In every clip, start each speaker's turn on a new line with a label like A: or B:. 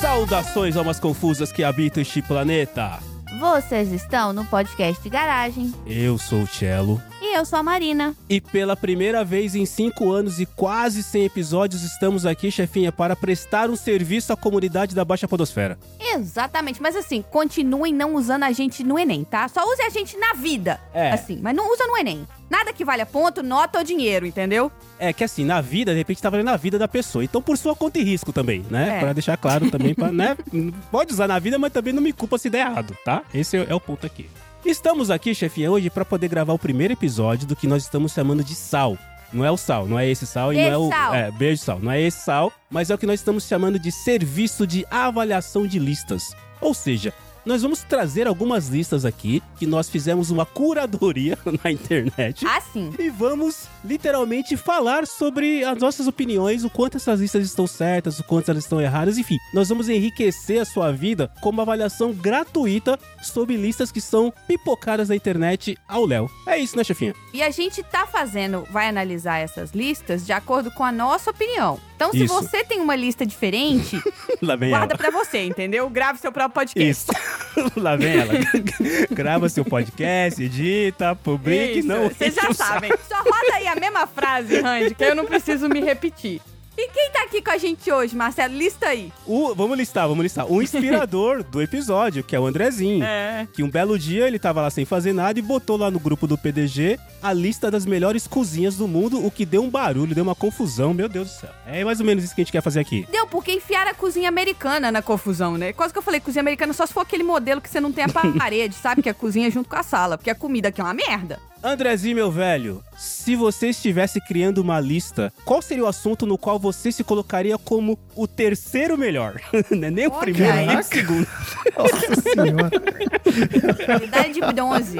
A: Saudações, almas confusas que habitam este planeta.
B: Vocês estão no podcast Garagem
A: Eu sou o Cello.
B: e eu sou a Marina.
A: E pela primeira vez em cinco anos e quase 100 episódios, estamos aqui, chefinha, para prestar um serviço à comunidade da Baixa Podosfera.
B: Exatamente, mas assim, continuem não usando a gente no Enem, tá? Só use a gente na vida.
A: É.
B: Assim, mas não usa no Enem. Nada que valha ponto, nota ou dinheiro, entendeu?
A: É que assim, na vida, de repente tá valendo a vida da pessoa. Então, por sua conta e risco também, né?
B: É.
A: Pra deixar claro também, pra, né? Pode usar na vida, mas também não me culpa se der errado, tá? Esse é é o ponto aqui. Estamos aqui, chefinha, hoje pra poder gravar o primeiro episódio do que nós estamos chamando de sal. Não é o sal, não é esse sal e
B: Beijo,
A: não é o.
B: sal.
A: É, beijo sal. Não é esse sal, mas é o que nós estamos chamando de serviço de avaliação de listas. Ou seja, nós vamos trazer algumas listas aqui que nós fizemos uma curadoria na internet.
B: Assim.
A: E vamos literalmente falar sobre as nossas opiniões, o quanto essas listas estão certas, o quanto elas estão erradas, enfim. Nós vamos enriquecer a sua vida com uma avaliação gratuita sobre listas que são pipocadas na internet ao Léo. É isso, né, chefinha?
B: E a gente tá fazendo, vai analisar essas listas de acordo com a nossa opinião. Então, se
A: Isso. É.
B: você tem uma lista diferente,
A: Lá vem
B: guarda
A: ela.
B: pra você, entendeu? Grave seu próprio podcast.
A: Isso. Lá vem ela. Grava seu podcast, edita, publica e
B: Isso,
A: não.
B: Vocês
A: enche
B: já
A: o saco.
B: sabem. Só roda aí a mesma frase, Randy, que eu não preciso me repetir. E quem tá aqui com a gente hoje, Marcelo? Lista aí.
A: O- vamos listar, vamos listar. O inspirador do episódio, que é o Andrezinho.
B: É.
A: que um belo dia ele tava lá sem fazer nada e botou lá no grupo do PDG a lista das melhores cozinhas do mundo, o que deu um barulho, deu uma confusão, meu Deus do céu. É mais ou menos isso que a gente quer fazer aqui.
B: Deu, porque enfiaram a cozinha americana na confusão, né? Quase que eu falei cozinha americana só se for aquele modelo que você não tem a parede, sabe? Que é a cozinha junto com a sala, porque a comida aqui é uma merda.
A: Andrezinho, meu velho, se você estivesse criando uma lista, qual seria o assunto no qual você se colocaria como o terceiro melhor? Não é nem o
B: Olha
A: primeiro,
B: aí.
A: nem o segundo.
C: Nossa senhora.
B: Qualidade de bronze.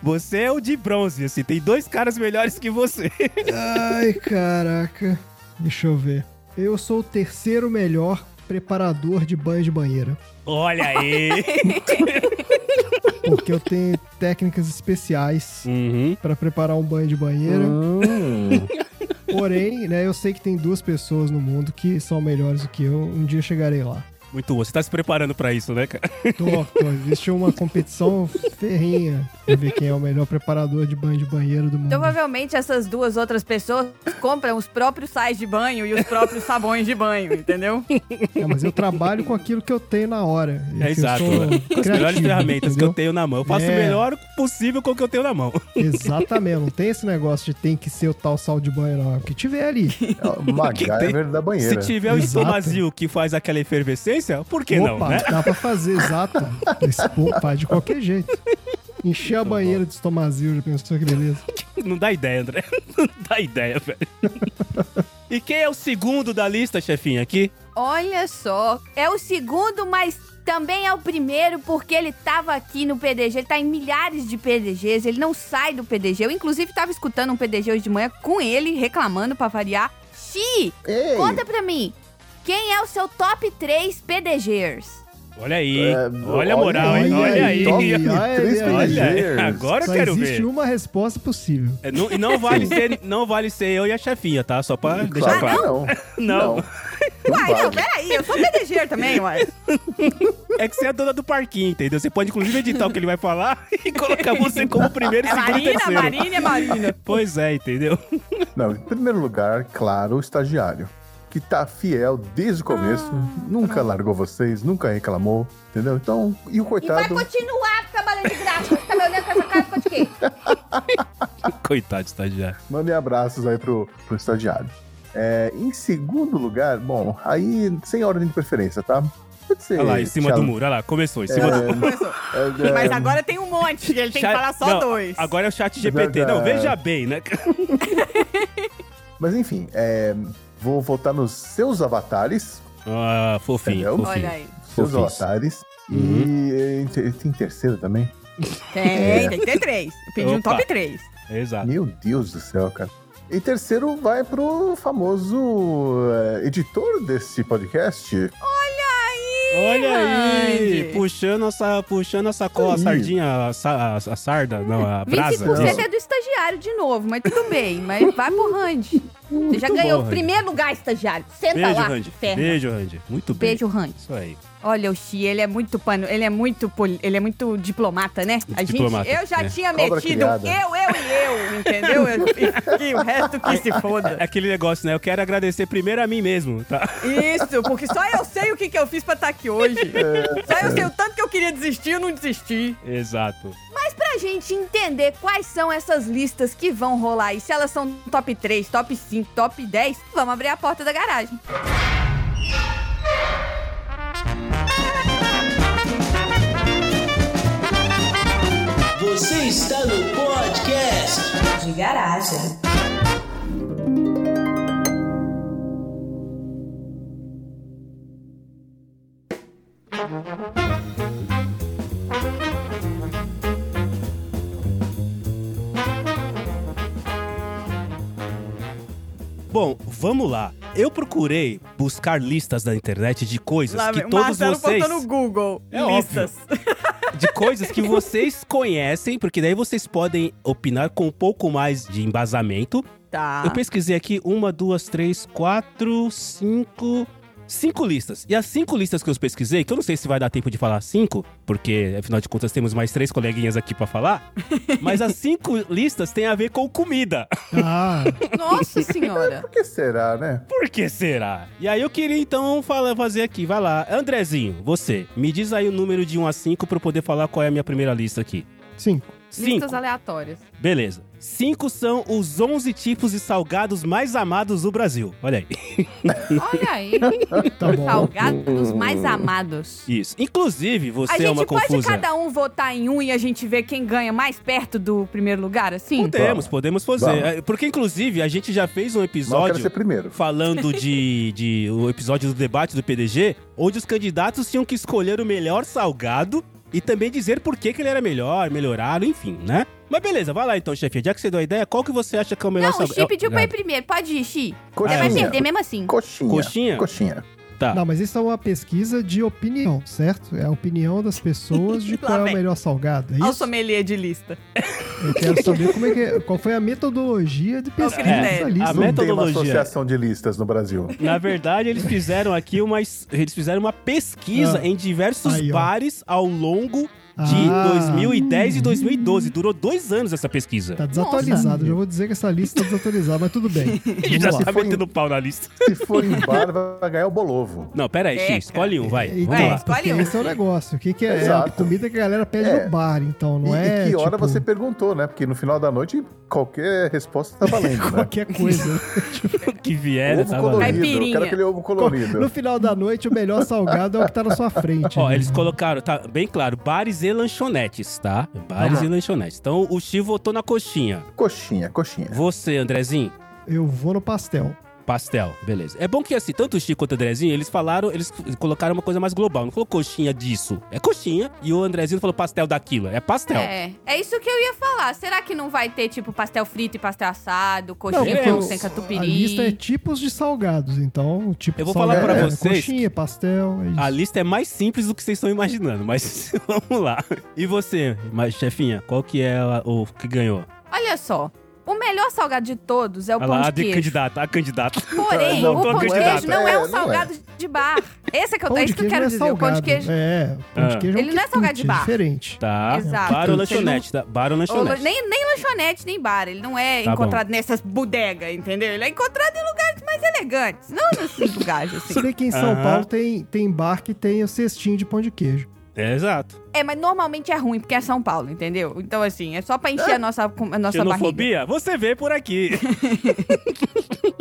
A: Você é o de bronze, assim, tem dois caras melhores que você.
C: Ai, caraca. Deixa eu ver. Eu sou o terceiro melhor preparador de banho de banheira.
A: Olha aí.
C: Porque eu tenho técnicas especiais
A: uhum.
C: pra preparar um banho de banheira.
A: Hum.
C: Porém, né, eu sei que tem duas pessoas no mundo que são melhores do que eu. Um dia eu chegarei lá.
A: Muito bom. Você tá se preparando pra isso, né, cara?
C: Tô, tô. Existe uma competição ferrinha pra ver quem é o melhor preparador de banho de banheira do
B: Então,
C: mundo.
B: Provavelmente essas duas outras pessoas compram os próprios sais de banho e os próprios sabões de banho, entendeu?
C: É, mas eu trabalho com aquilo que eu tenho na hora.
A: É
C: que eu
A: exato.
C: sou
A: Com as melhores
C: criativo,
A: ferramentas que
C: entendeu?
A: eu tenho na mão. Eu faço o
C: É.
A: melhor possível com o que eu tenho na mão.
C: Exatamente, não tem esse negócio de tem que ser o tal sal de banho, não. É o que tiver ali.
D: É o MacGyver da
A: Se
D: banheira.
A: tiver o
C: Exato.
A: estomazil que faz aquela efervescência, por que não, né?
C: dá pra fazer, exato. Esse povo faz de qualquer jeito. Encher a banheira de estomazil, já pensou que beleza?
A: Não dá ideia, André. Não dá ideia, velho. E quem é o segundo da lista, chefinha, aqui?
B: Olha só, é o segundo, mas também é o primeiro porque ele tava aqui no PDG, ele tá em milhares de PDGs, ele não sai do PDG. Eu inclusive tava escutando um PDG hoje de manhã com ele reclamando pra variar. Xi,
D: Ei,
B: conta pra mim, quem é o seu top 3 PDGers?
A: Olha aí.
D: É,
A: olha a moral, hein?
C: olha
A: Olha aí.
C: aí, olha
A: Olha,
C: aí.
A: agora eu
C: Só
A: quero
C: existe um.
A: ver.
C: uma resposta possível.
A: É, não- E não vale, ser, não vale ser eu e a chefinha, tá? Só pra deixar
D: Claro,
A: claro.
D: não.
A: Não.
D: Não
B: Uai, não,
D: vale.
B: peraí, eu sou PDGer também, uai.
A: É que você é a dona do parquinho, entendeu? Você pode inclusive editar o que ele vai falar e colocar você como primeiro,
B: É
D: tá
A: segundo e
B: Marina,
A: terceiro.
B: Marina, é Marina.
A: Pois é, entendeu?
D: Não, em primeiro lugar, claro, o estagiário. Que tá fiel desde o começo,
A: Ah.
D: nunca largou vocês, nunca reclamou, entendeu? Então, e o
B: E vai
D: coitado.
B: continuar trabalhando de graça, você tá me olhando com essa cara de quê?
A: Coitado, estagiário.
D: Mandem abraços aí pro, pro estagiário. É, em segundo lugar, bom, aí sem ordem de preferência, tá? Pode ser.
A: Olha lá, em cima
D: Thiago.
A: do muro. Olha lá, começou. Em cima do...
D: É, é,
B: Mas agora tem um monte, ele tem que
A: Chat-
B: falar só
A: Não,
B: dois.
A: Agora é o chat GPT. Não,
D: Verdade.
A: veja bem, né?
D: mas enfim, é, vou voltar nos seus avatares.
A: Ah, fofinho,
D: Entendeu?
A: fofinho.
B: Olha aí.
D: Seus
A: Fofinhos.
D: avatares.
A: Uhum.
D: E é, em ter- tem terceiro também.
B: Tem, tem que ter três. Eu pedi um
A: É. Opa.
B: top três.
A: Exato.
D: Meu Deus do céu, cara. E terceiro vai pro famoso eh, editor desse podcast.
A: Olha aí,
B: Andy.
A: puxando a, sa- puxando a sacola, a
D: Aí.
A: sardinha, a, sa- a- a sarda, não, a brasa.
B: 25%
A: Não.
B: é do estagiário de novo, mas tudo bem. Mas vai pro Randy. Você já
A: Muito bom,
B: ganhou o
A: Randy.
B: primeiro lugar, estagiário. Senta
A: Beijo,
B: lá,
A: Randy.
B: ferro.
A: Beijo, Randy. Muito bem.
B: Beijo, Randy.
A: Isso aí.
B: Olha, o Xi, ele é muito pano, ele é muito, poli- ele é muito diplomata, né? A gente,
A: Diplomata,
B: eu já
A: é.
B: tinha
D: Cobra
B: metido
D: criada.
B: eu, eu e eu, entendeu? Eu- e, e o resto que se
A: É
B: foda.
A: aquele negócio, né? Eu quero agradecer primeiro a mim mesmo, tá?
B: Isso, porque só eu sei o que, que eu fiz pra estar aqui hoje.
A: É.
B: Só eu sei o tanto que eu queria desistir, eu não desisti.
A: Exato.
B: Pra gente entender quais são essas listas que vão rolar e se elas são top 3, top 5, top 10, vamos abrir a porta da garagem.
E: Você está no podcast
F: de garagem.
A: Bom, vamos lá. Eu procurei buscar listas na internet de coisas
B: Lá
A: que
B: vem-
A: todos
B: Marcelo
A: vocês.
B: botou no Google
A: É
B: listas.
A: de coisas que vocês conhecem, porque daí vocês podem opinar com um pouco mais de embasamento.
B: Tá.
A: Eu pesquisei aqui uma, duas, três, quatro, cinco. Cinco listas. E as cinco listas que eu pesquisei, que eu não sei se vai dar tempo de falar cinco, porque afinal de contas temos mais três coleguinhas aqui pra falar. Mas as cinco listas têm a ver com comida.
C: Ah,
B: Nossa senhora.
D: Por que será, né?
A: Por que será? E aí eu queria então falar, fazer aqui, vai lá. Andrezinho, você, me diz aí o número de 1 a 5 pra eu poder falar qual é a minha primeira lista aqui.
C: sim.
A: Cinco.
B: aleatórias.
A: Beleza. Cinco são os 11 tipos de salgados mais amados do Brasil. Olha aí.
B: Olha aí.
C: Tá bom.
B: Salgados mais amados.
A: Isso. Inclusive,
B: a
A: você
B: gente
A: é uma
B: pode
A: confusa.
B: cada um votar em um e a gente vê quem ganha mais perto do primeiro lugar, assim?
A: Podemos, podemos fazer.
D: Vamos.
A: É, Porque, inclusive, a gente já fez um
D: Mas eu quero ser
A: episódio
D: primeiro.
A: falando de, de o episódio do debate do PDG, onde os candidatos tinham que escolher o melhor salgado e também dizer por que, que ele era melhor, melhoraram, enfim, né? Mas beleza, vai lá então, chefe. Já que você deu a ideia, qual que você acha que é o melhor
B: Não, o
A: salgado?
B: Xi pediu pra ir
A: É,
B: primeiro. Pode ir, Xi. Você
D: Coxinha.
B: vai perder mesmo assim.
D: Coxinha.
A: Coxinha?
D: Coxinha.
A: Tá.
C: Não, mas isso é uma pesquisa de opinião, certo? É a opinião das pessoas de
B: Lá
C: qual é
B: vem.
C: o melhor salgado. É
B: Olha o
C: isso?
B: sommelier de lista.
C: Eu quero saber como é que é- qual foi a metodologia de pesquisa
B: critério.
C: dessa
A: É, A
C: lista.
D: Não tem uma
A: metodologia.
D: associação de listas no Brasil.
A: Na verdade, eles fizeram aqui uma. Eles fizeram uma pesquisa
C: Ah.
A: em diversos
C: Aí, ó.
A: bares ao longo de
C: Ah,
A: 2010 e 2012. Durou dois anos essa pesquisa.
C: Tá desatualizado. Já vou dizer que essa lista tá desatualizada, mas tudo bem.
A: Ele já
C: Vamos
A: tá
C: lá.
A: metendo pau na lista.
D: Se for em bar, vai ganhar o bolovo.
A: Não, pera aí,
B: É,
A: X,
B: cara.
A: escolhe um, vai.
C: Então,
A: Vamos lá.
B: Escolhe
C: porque
B: um.
C: esse é o negócio. O que, que é? É a
D: Exato.
C: comida que a galera pede
D: É.
C: no bar, então, não
D: e,
C: é?
D: e que hora
C: tipo,
D: você perguntou, né? Porque no final da noite, qualquer resposta tá valendo, né?
C: Qualquer coisa.
A: Que vier,
D: Ovo
A: tá valendo.
D: colorido. Eu
B: Caipirinha.
D: quero aquele ovo colorido.
C: No final da noite, o melhor salgado é o que tá na sua frente.
A: Ó,
C: né?
A: eles colocaram, tá bem claro, bares e lanchonetes, tá? Bares
B: Tá.
A: e lanchonetes. Então o X votou na coxinha.
D: Coxinha, coxinha.
A: Você, Andrezinho?
C: Eu vou no pastel.
A: Pastel, beleza. É bom que assim, tanto o Chico quanto o Andrezinho, eles falaram, eles colocaram uma coisa mais global. Não falou coxinha disso, é coxinha. E o Andrezinho falou pastel daquilo, é
C: Então.
A: pastel.
B: É, é isso que eu ia falar. Será que não vai ter, tipo, pastel frito e pastel assado,
C: Não,
B: coxinha
A: porque
B: com
A: eu-
B: sem
C: a
B: catupiry?
C: lista é tipos de salgados, então o tipo
A: Eu vou
C: de
A: falar
C: salgado
D: pra
C: é
A: vocês
C: coxinha, pastel, é isso.
A: A lista é mais simples do que vocês estão imaginando, mas vamos lá. E você, mas chefinha, qual que é a- o que ganhou?
B: Olha só. O melhor salgado de todos é o
A: Olha
B: pão
A: lá, a
B: de
A: de
B: queijo.
A: candidata, a candidata.
B: Porém,
A: Não
B: o
A: tô
B: pão de
A: acreditando.
B: queijo não é
D: É,
B: um
D: não
B: salgado de bar. Esse é que eu, é isso que eu quero
C: não
B: dizer. O pão de
C: salgado,
B: queijo.
C: É, pão de
A: Ah.
C: queijo é um
B: Ele não é
C: quitute,
B: salgado de bar.
C: diferente.
A: Tá,
B: é Exato.
A: para o
B: Vocês
A: lanchonete, tá? Para o
B: Ou
A: lanchonete.
B: nem, nem lanchonete, nem bar. Ele não é
A: Tá
B: encontrado nessas bodegas, entendeu? Ele é encontrado em lugares mais elegantes. Não nesses lugares, assim.
C: Você vê que em São
A: Aham.
C: Paulo tem, tem bar que tem o cestinho de pão de queijo.
A: É, exato.
B: É, mas normalmente é ruim, porque é São Paulo, entendeu? Então, assim, é só pra
C: Ah.
B: encher a nossa, a nossa barriga.
A: Xenofobia, você vê por aqui.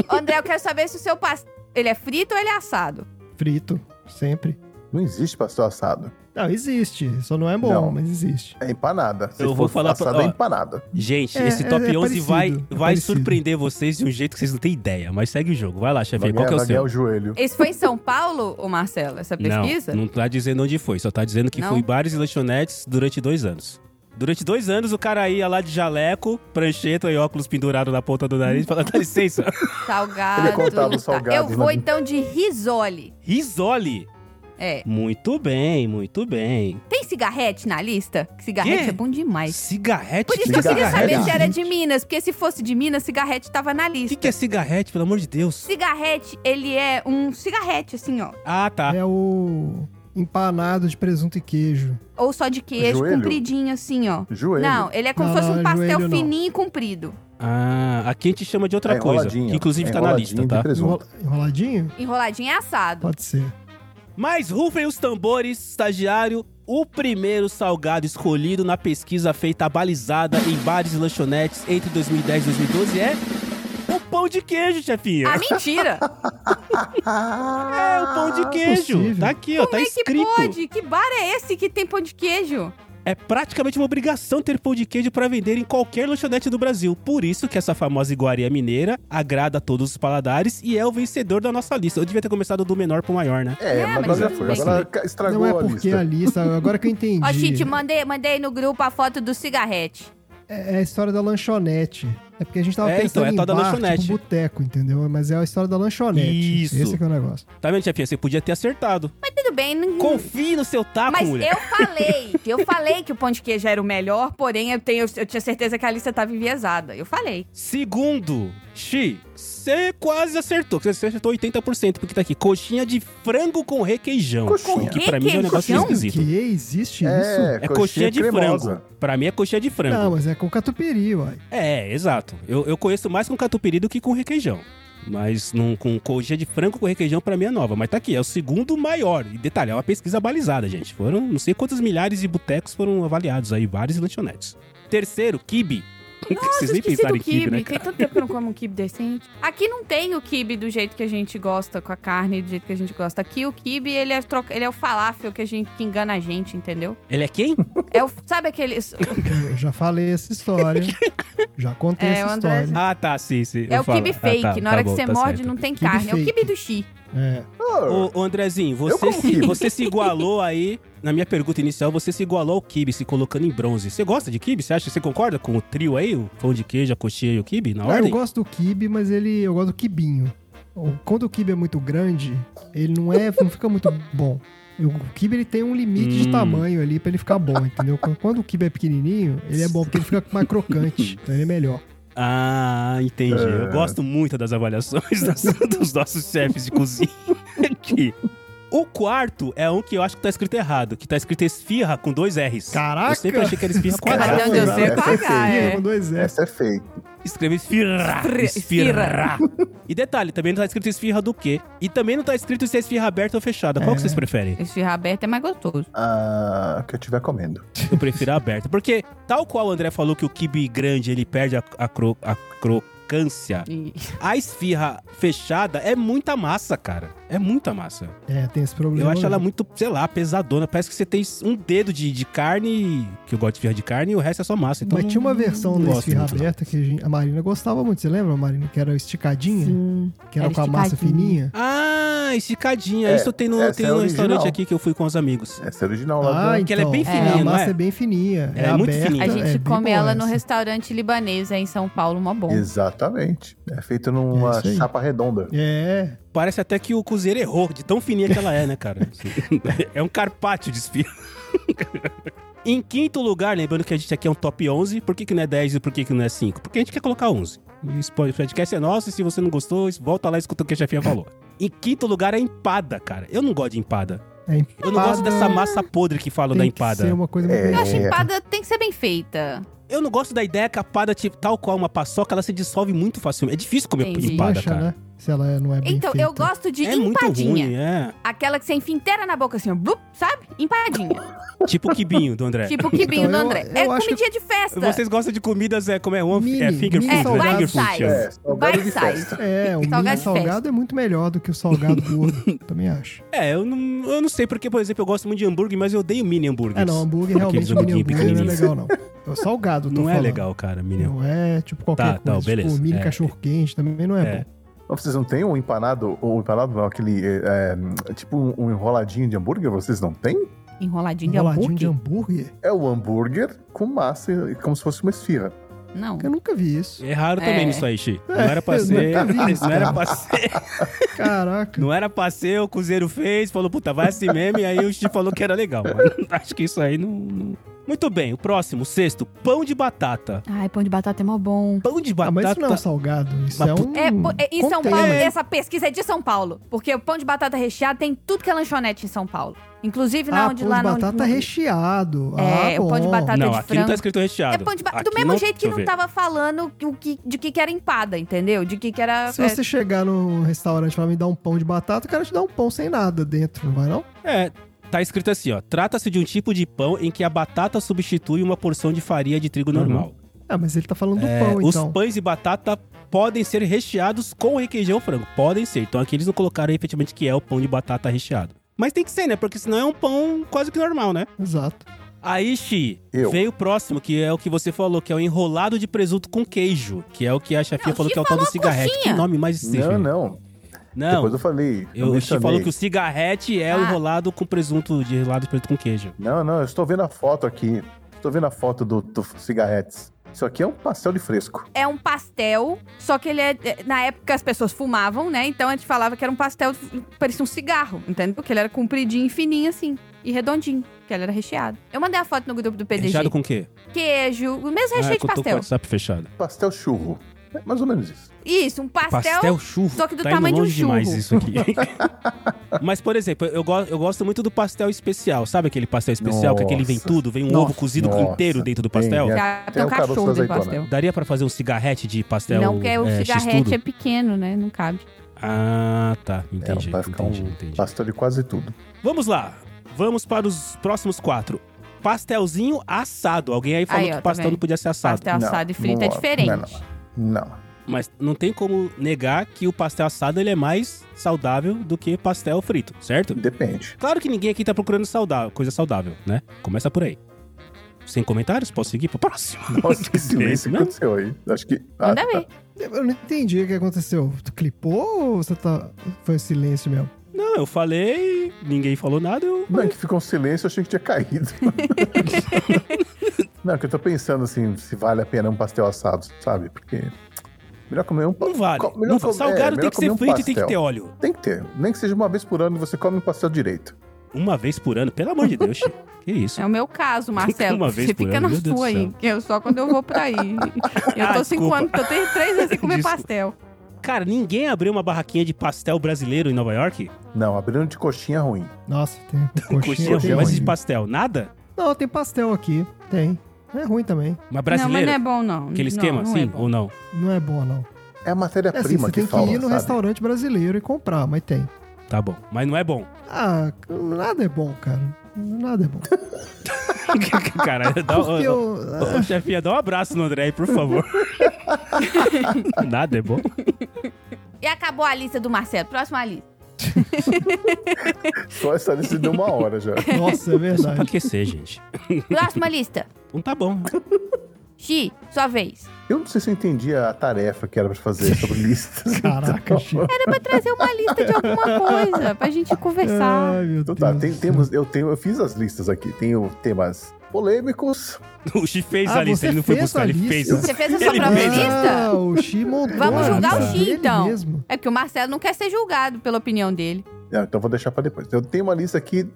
B: André, eu quero saber se o seu pastel... Ele é frito ou ele é assado?
C: Frito, sempre.
D: Não existe pastel assado.
C: Não, existe. Só não é bom,
D: Não.
C: mas existe.
D: É empanada. Se
A: Eu vou
D: for
A: falar pra-
D: assado,
A: ó.
D: é empanada.
A: Gente,
C: É,
A: esse top
C: é- é
A: 11 vai,
C: parecido, é
A: vai
C: parecido.
A: surpreender vocês de um jeito que vocês não têm ideia. Mas segue o jogo. Vai lá,
D: Vai
A: chefinha, qual
D: ganhar,
A: que é o
D: vai ganhar
A: seu?
D: o joelho.
B: Esse foi em São Paulo, ô Marcelo, essa pesquisa?
A: Não, não tá dizendo onde foi, só tá dizendo que
B: Não?
A: foi em bares e lanchonetes durante dois anos. Durante dois anos, o cara ia lá de jaleco, prancheta e óculos pendurado na ponta do nariz e falava, dá licença.
B: Salgado.
D: Ele é contava os
B: tá.
D: salgados,
B: Eu vou
D: né?
B: então de risole.
A: Risole.
B: É.
A: Muito bem, muito bem.
B: Tem cigarrete na lista? Que Cigarrete
A: Quê?
B: é bom demais.
A: Cigarrete?
B: Por isso que eu queria
D: Cigarrete.
B: saber se era de Minas, porque se fosse de Minas, cigarrete tava na
A: O
B: lista.
A: que, que é cigarrete, pelo amor de Deus?
B: Cigarrete, ele é um cigarrete, assim, ó.
A: Ah, tá.
C: É o empanado de presunto e queijo.
B: Ou só de queijo,
D: Joelho?
B: compridinho, assim, ó.
D: Joelho.
B: Não, ele é como
C: Não,
B: se fosse
C: não,
B: um pastel
C: joelho não.
B: fininho e comprido.
A: Ah, aqui a gente chama de outra
D: É
A: coisa. Que
D: enroladinho,
A: inclusive
D: é
A: tá na
D: enroladinho
A: lista, tá?
D: de presunto.
C: Enrola- Enroladinho?
B: Enroladinho é assado.
C: Pode ser.
A: Mas rufem os tambores, estagiário. O primeiro salgado escolhido na pesquisa feita balizada em bares e lanchonetes entre 2010 e 2012 é o pão de queijo, chefinha.
B: Ah, mentira!
D: Ah,
A: É, o pão de queijo.
C: possível.
A: Tá aqui, ó, tá
B: Como é que
A: escrito.
B: pode? Que bar é esse que tem pão de queijo?
A: É praticamente uma obrigação ter pão de queijo para vender em qualquer lanchonete do Brasil. Por isso que essa famosa iguaria mineira agrada a todos os paladares e é o vencedor da nossa lista. Eu devia ter começado do menor pro maior, né?
D: É,
B: É,
D: mas
B: mas
D: agora já
B: tudo
D: foi.
B: bem.
D: Agora ca- estragou
C: Não é
D: a
C: porque
D: lista.
C: a lista, agora que eu entendi.
B: Ó, Tite, mandei, mandei no grupo a foto do cigarrete.
C: É a história da lanchonete. É porque a gente tava
A: É, então,
C: pensando
A: é
C: em
A: a tal da
C: bar,
A: lanchonete.
C: tipo boteco, entendeu? Mas é a história da lanchonete.
A: Isso.
C: Esse que é o negócio.
A: Tá vendo, chefinha? Você podia ter acertado.
B: Mas tudo bem, não...
A: Confie no seu taco,
B: Mas
A: mulher.
B: eu falei, eu falei que o pão de queijo era o melhor, porém eu, tenho, eu tinha certeza que a lista tava enviesada. Eu falei.
A: Segundo, Xi, você quase acertou. Você acertou 80%, porque tá aqui. Coxinha de frango com requeijão.
D: Coxinha.
A: O Que pra mim é um negócio
B: Requeijão?
A: esquisito.
C: Que existe isso?
D: É,
A: É coxinha, de
D: cremosa.
A: frango. Pra mim é coxinha de frango.
C: Não, mas é com catupiry, uai.
A: É, exato. Eu, eu conheço mais com catupiry do que com requeijão. Mas não, com coxinha de frango com requeijão pra mim é nova. Mas tá aqui, é o segundo maior. E detalhe, é uma pesquisa balizada, gente. Foram não sei quantos milhares de botecos foram avaliados aí, bares e lanchonetes. Terceiro, kibe. Vocês
B: Nossa,
A: nem
B: esqueci
A: pensaram
B: do
A: em kibe, né,
B: kibe.
A: cara?
B: Tem tanto tempo que eu não como um kibe decente. Aqui não tem o kibe do jeito que a gente gosta, com a carne do jeito que a gente gosta. Aqui o kibe, ele é, troca... ele é o falafel que, a gente... que engana a gente, entendeu?
A: Ele é quem?
B: É o... Sabe é aqueles...
C: Eu já falei essa história. já contei
B: É, o
C: essa
B: André-
C: história.
A: Ah, tá, sim, sim.
B: É
A: eu
B: o
A: falo.
B: kibe
A: Ah,
B: fake.
A: tá,
B: Na
A: tá
B: hora
A: bom,
B: que você
A: tá
B: morde,
A: certo.
B: não tem
C: Kibe
B: carne. É o
C: fake.
B: kibe do chi.
C: É.
D: Oh,
A: Ô, ô, Andrezinho,
D: Eu
A: você se,
D: confio.
A: você se igualou aí. Na minha pergunta inicial, você se igualou ao kibe, se colocando em bronze. Você gosta de kibe? Você acha? Você concorda com o trio aí? O pão de queijo, a coxinha e o kibe? Na
C: Ah, eu
A: ordem?
C: gosto do kibe, mas ele, eu gosto do kibinho. O- Quando o kibe é muito grande, ele não é, não fica muito bom. Eu- O kibe ele tem um limite de
A: Hum.
C: tamanho ali pra ele ficar bom, entendeu? Quando- Quando o kibe é pequenininho, ele é bom porque ele fica mais crocante, então ele é melhor.
A: Ah, entendi.
D: É.
A: Eu gosto muito das avaliações das- dos nossos chefes de cozinha aqui. O quarto é um que eu acho que tá escrito errado, que tá escrito esfirra com dois R's.
C: Caraca!
A: Eu sempre achei que era esfirra com
D: Mas
A: H.
D: Caraca.
B: Mas onde eu
D: não,
B: sei
D: é fake.
B: pagar, é.
C: Com dois S.
D: essa é fake.
A: Escreve esfirra.
B: Esfirra.
A: Esfirra. E detalhe, também não tá escrito esfirra do quê? E também não tá escrito se é esfirra aberta ou fechada. Qual que vocês preferem?
B: Esfirra aberta é mais gostoso.
D: Ah, que eu estiver comendo.
A: Eu prefiro a aberta. Porque, tal qual o André falou que o kibe grande ele perde a, a cro- a crocância,
B: E-
A: a esfirra fechada é muita massa, cara. É muita massa.
C: É, tem esse
A: Eu
C: problema.
A: acho ela
C: né?
A: muito, sei lá, pesadona. Parece que você tem um dedo de, de carne, que eu gosto de esfirra de carne, e o resto é só massa. Então
C: Mas
A: não-
C: tinha uma versão
A: não
C: da
A: gosto
C: esfirra
A: muito, não.
C: aberta que a, gente- a Marina gostava muito, você lembra, Marina? Que era esticadinha,
B: Sim.
C: que era,
B: era
C: com a massa
B: esticadinha.
C: fininha.
A: Ah, esticadinha.
D: É,
A: Isso tem no,
D: essa
A: tem
D: é
A: no
D: original.
A: restaurante aqui que eu fui com os amigos.
D: Essa é original lá.
C: Ah,
D: do-
A: que ela é
C: então,
A: bem fininha,
C: A
A: não
C: massa
A: é?
C: é bem fininha.
A: Ela é muito
C: aberta,
A: fininha.
B: A
A: É,
B: gente
C: é bem
B: come
C: boa
B: ela no
C: essa.
B: restaurante libanês aí em São Paulo, uma
A: então.
B: bom.
D: Exatamente. É feita numa
C: É isso aí.
D: chapa redonda.
C: É,
A: Parece até que o cozinheiro errou de tão fininha que ela é, né, cara? é um carpaccio de espirro. em quinto lugar, lembrando que a gente aqui é um top 11, por que, que não é 10 e por que, que não é 5? Porque a gente quer colocar 11. E Esse podcast é nosso e se você não gostou, volta lá e escuta o que a chefinha falou. em quinto lugar é empada, cara. Eu não gosto de empada.
C: é empada,
A: Eu não gosto dessa massa podre que falam
C: tem
A: da
C: Que ser
A: empada.
C: uma coisa
D: É.
C: muito
B: Eu acho que empada tem que ser bem feita.
A: Eu não gosto da ideia que a empada, tipo, tal qual uma paçoca, ela se dissolve muito facilmente. É difícil comer
B: Entendi.
A: empada,
C: Mancha,
A: cara.
C: né? Se ela não é bem
B: Então,
C: feita.
B: eu gosto de
A: É muito
B: empadinha.
A: ruim, é.
B: Aquela que você enfia inteira na boca, assim, ó, blup, sabe? Empadinha.
A: Tipo o quibinho do André.
B: Tipo o quibinho
C: Então,
B: do
C: eu-
B: André.
C: eu
B: é
C: acho
B: comidinha de festa.
A: Vocês gostam de comidas, é, como é? One,
C: Mini,
A: é finger
C: mini
A: food,
B: salgado.
A: né?
B: É,
A: Finger food,
B: bite size.
A: é.
D: É, salgado de
B: Bite
D: festa.
C: É, o
B: Salgado
C: mini
B: de
C: salgado
B: festa.
C: é muito melhor do que o salgado gordo. Também acho.
A: É, eu não, eu não sei porque, por exemplo, eu gosto muito de hambúrguer, mas eu odeio mini hambúrguer.
C: É, não, hambúrguer realmente, mini
A: hamburguinho
C: hambúrguer não é
A: pequenininho.
C: legal, não. É o salgado, eu tô
A: Não é
C: falando.
A: legal, cara, mini hambúrguer.
C: Não é, tipo,
A: Tá,
C: qualquer
A: tá,
C: coisa.
A: beleza.
C: Tipo, mini
A: É.
C: cachorro-quente também não é,
A: É.
C: bom.
D: Mas Vocês não têm um empanado, ou empanado não, aquele, é, é, tipo um, um enroladinho de hambúrguer? Vocês não têm?
B: Enroladinho de
C: Enroladinho
B: hambúrguer.
C: de hambúrguer?
D: É o hambúrguer com massa, como se fosse uma esfirra.
B: Não.
C: Eu nunca vi isso.
A: É raro também
B: É.
A: isso aí, Xi. Não era pra ser.
C: nunca vi isso,
A: Não era
C: cara.
A: pra ser.
C: Caraca.
A: Não era pra ser, o Cruzeiro fez, falou, puta, vai assim mesmo, e aí o Xi falou que era legal. Mas acho que isso aí não. não- Muito bem, o próximo, o sexto, pão de batata.
B: Ai, pão de batata é mó bom.
A: Pão de
C: Ah,
A: batata.
C: mas isso não é um salgado. Isso
A: Mas
C: é um.
B: É, po- é, em São
C: container.
B: Paulo, essa pesquisa é de São Paulo. Porque o pão de batata recheado tem tudo que é lanchonete em São Paulo. Inclusive lá
C: Ah,
B: onde
C: pão
B: lá
C: de
B: não-
C: batata
B: não-
C: recheado.
B: É,
C: ah,
B: o pão de
C: bom.
B: batata
A: não, aqui
B: de
A: não tá
B: frango.
A: escrito recheado.
B: É pão de batata. Do
A: Aqui
B: mesmo jeito
A: deixa
B: que
A: eu
B: não tá
A: ver.
B: tava falando o que, de que que era empada, entendeu? De que que era.
C: Se
B: é,
C: você chegar num restaurante e falar, me dá um pão de batata, o cara te dá um pão sem nada dentro, não vai não?
A: É, tá escrito assim, ó. Trata-se de um tipo de pão em que a batata substitui uma porção de farinha de trigo normal.
C: Ah, mas ele tá falando do
A: É,
C: pão,
A: os
C: então.
A: pães de batata podem ser recheados com requeijão ou frango. Podem ser. Então aqui eles não colocaram efetivamente que é o pão de batata recheado. Mas tem que ser, né? Porque senão é um pão quase que normal, né?
C: Exato.
A: Aí, Xi,
D: Eu.
A: veio o próximo, que é o que você falou, que é o enrolado de presunto com queijo. Que é o que a chefia
B: Não,
A: falou
B: Xi
A: que é o tal do
B: falou
A: cigarrete.
B: coxinha.
A: Que nome mais estranho.
D: Não, não.
A: Não,
D: Depois eu falei.
A: eu, o Xi
D: mencionei.
A: falou que o cigarrete é o
B: Ah.
A: enrolado com presunto, de enrolado de presunto com queijo.
D: Não, não, eu estou vendo a foto aqui. Estou vendo a foto do, do cigarretes. Isso aqui é um pastel de fresco.
B: é um pastel, só que ele é. é, Na época as pessoas fumavam, né? Então a gente falava que era um pastel, parecia um cigarro, entende? Porque ele era compridinho e fininho assim, e redondinho, que ele era recheado. Eu mandei a foto no grupo do PDG.
A: Recheado com o quê?
B: Queijo, o
A: Ah,
B: mesmo
A: que
B: recheio de
A: eu tô com o
B: pastel.
A: WhatsApp fechado.
D: Pastel churro. É mais ou menos isso.
B: Isso, um pastel.
A: churro.
B: só que do
A: tá indo
B: tamanho de um
A: longe demais
B: churro.
A: isso aqui. Mas, por exemplo, eu, go- eu gosto muito do pastel especial. Sabe aquele pastel especial que aquele vem
D: Nossa.
A: tudo? Vem um
C: Nossa.
A: ovo cozido
D: Nossa.
A: inteiro dentro do
D: Tem,
A: pastel?
D: é.
B: Já
D: Tem
B: tem um
D: o caroço
B: cachorro
D: da
B: de
D: azeitona.
B: pastel.
A: Daria pra fazer um cigarrete de pastel
B: não, porque o
A: é,
B: cigarrete
A: x-tudo?
B: é pequeno, né? Não cabe.
A: Ah, tá.
D: É,
A: Entendi,
D: vai ficar
A: entendi,
D: um
A: entendi.
D: pastel de quase tudo.
A: Vamos lá. Vamos para os próximos quatro. Pastelzinho assado. Alguém aí falou
B: Aí, ó,
A: que
B: tá
A: pastel
B: vendo?
A: não podia ser assado.
B: Pastel
D: Não,
B: assado e frito é
D: não,
B: diferente.
D: Não, não.
A: Mas não tem como negar que o pastel assado ele é mais saudável do que pastel frito, certo?
D: Depende.
A: Claro que ninguém aqui tá procurando saudável, coisa saudável, né? Começa por aí. Sem comentários? Posso seguir pro próximo?
D: Nossa, que
A: isso
D: silêncio que
A: mesmo?
D: aconteceu aí. Acho que. Ah,
B: Manda ver.
C: Eu não entendi o que aconteceu. Tu clipou ou você tá. Foi um silêncio mesmo?
A: Não, eu falei, ninguém falou nada, eu...
D: Não, é que ficou um silêncio, eu achei que tinha caído. não, é que eu tô pensando assim, se vale a pena um pastel assado, sabe? Porque. Melhor comer um pa-
A: Não vale.
D: co-
A: Não,
D: co-
A: salgado
D: é,
A: tem
D: melhor
A: que
D: comer
A: ser
D: um
A: frito e tem que
D: pastel.
A: ter óleo.
D: Tem que ter. Nem que seja uma vez por ano você come um pastel direito.
A: Uma vez por ano, pelo amor de Deus, Chico. Que isso?
B: É o meu caso, Marcelo.
A: Uma vez
B: Você
A: por
B: fica
A: ano,
B: na
A: meu Deus
B: sua
A: do céu.
B: aí, que eu só quando eu vou pra aí. Eu
A: Ah,
B: tô cinco
A: desculpa.
B: anos, eu tenho três vezes sem comer
A: Desculpa.
B: pastel.
A: Cara, ninguém abriu uma barraquinha de pastel brasileiro em Nova York?
D: Não, abrindo de coxinha é ruim.
C: Nossa, tem coxinha.
A: Coxinha, é
D: é
C: tem
A: mas de
C: ruim.
A: pastel, nada?
C: Não, tem pastel aqui. Tem. É ruim também.
A: Mas
B: Não, mas
A: brasileiro?
B: não é bom, não.
A: Aquele
B: Não,
A: esquema, assim?
B: não é
A: sim
B: bom.
A: ou não?
C: Não é boa, não.
D: É
C: É
D: a
C: assim,
D: matéria-prima
C: você
D: que
C: tem que
D: fala,
C: ir no
D: sabe?
C: restaurante brasileiro e comprar, mas tem.
A: Tá bom, mas não é bom.
C: Ah, nada é bom, cara. Nada é bom.
A: Cara, dá
C: Porque
A: ô,
C: eu.
A: ô, ô, chefinha, dá um abraço no André aí, por favor. nada é bom.
B: E acabou a lista do Marcelo. Próxima lista.
D: Só essa lista deu uma hora já.
C: Nossa, é
A: Só pra
C: verdade.
A: aquecer, gente.
B: Próxima lista.
A: Então tá bom.
B: Xi, sua vez.
D: Eu não sei se eu entendi a tarefa que era pra fazer sobre listas.
C: Caraca, Chico.
B: Era pra trazer uma lista de alguma coisa, pra gente conversar.
C: Ai, meu
D: Então
C: Deus.
D: tá, tem,
C: do céu.
D: temos, eu, tenho, eu fiz as listas aqui. Tenho temas polêmicos.
A: O Xi fez
C: Ah,
A: a lista,
C: você
A: ele não foi
C: fez
A: buscar,
C: a
A: ele
C: lista?
A: fez.
B: Você fez a sua
A: Ele
B: própria
A: fez. né?
B: lista?
C: Ah, o Xi montou.
B: Vamos
C: a
B: julgar o
C: lista
B: Xi,
C: dele
B: então.
C: mesmo.
B: É porque o Marcelo não quer ser julgado pela opinião dele.
D: Não, então vou deixar pra depois. Eu tenho uma lista aqui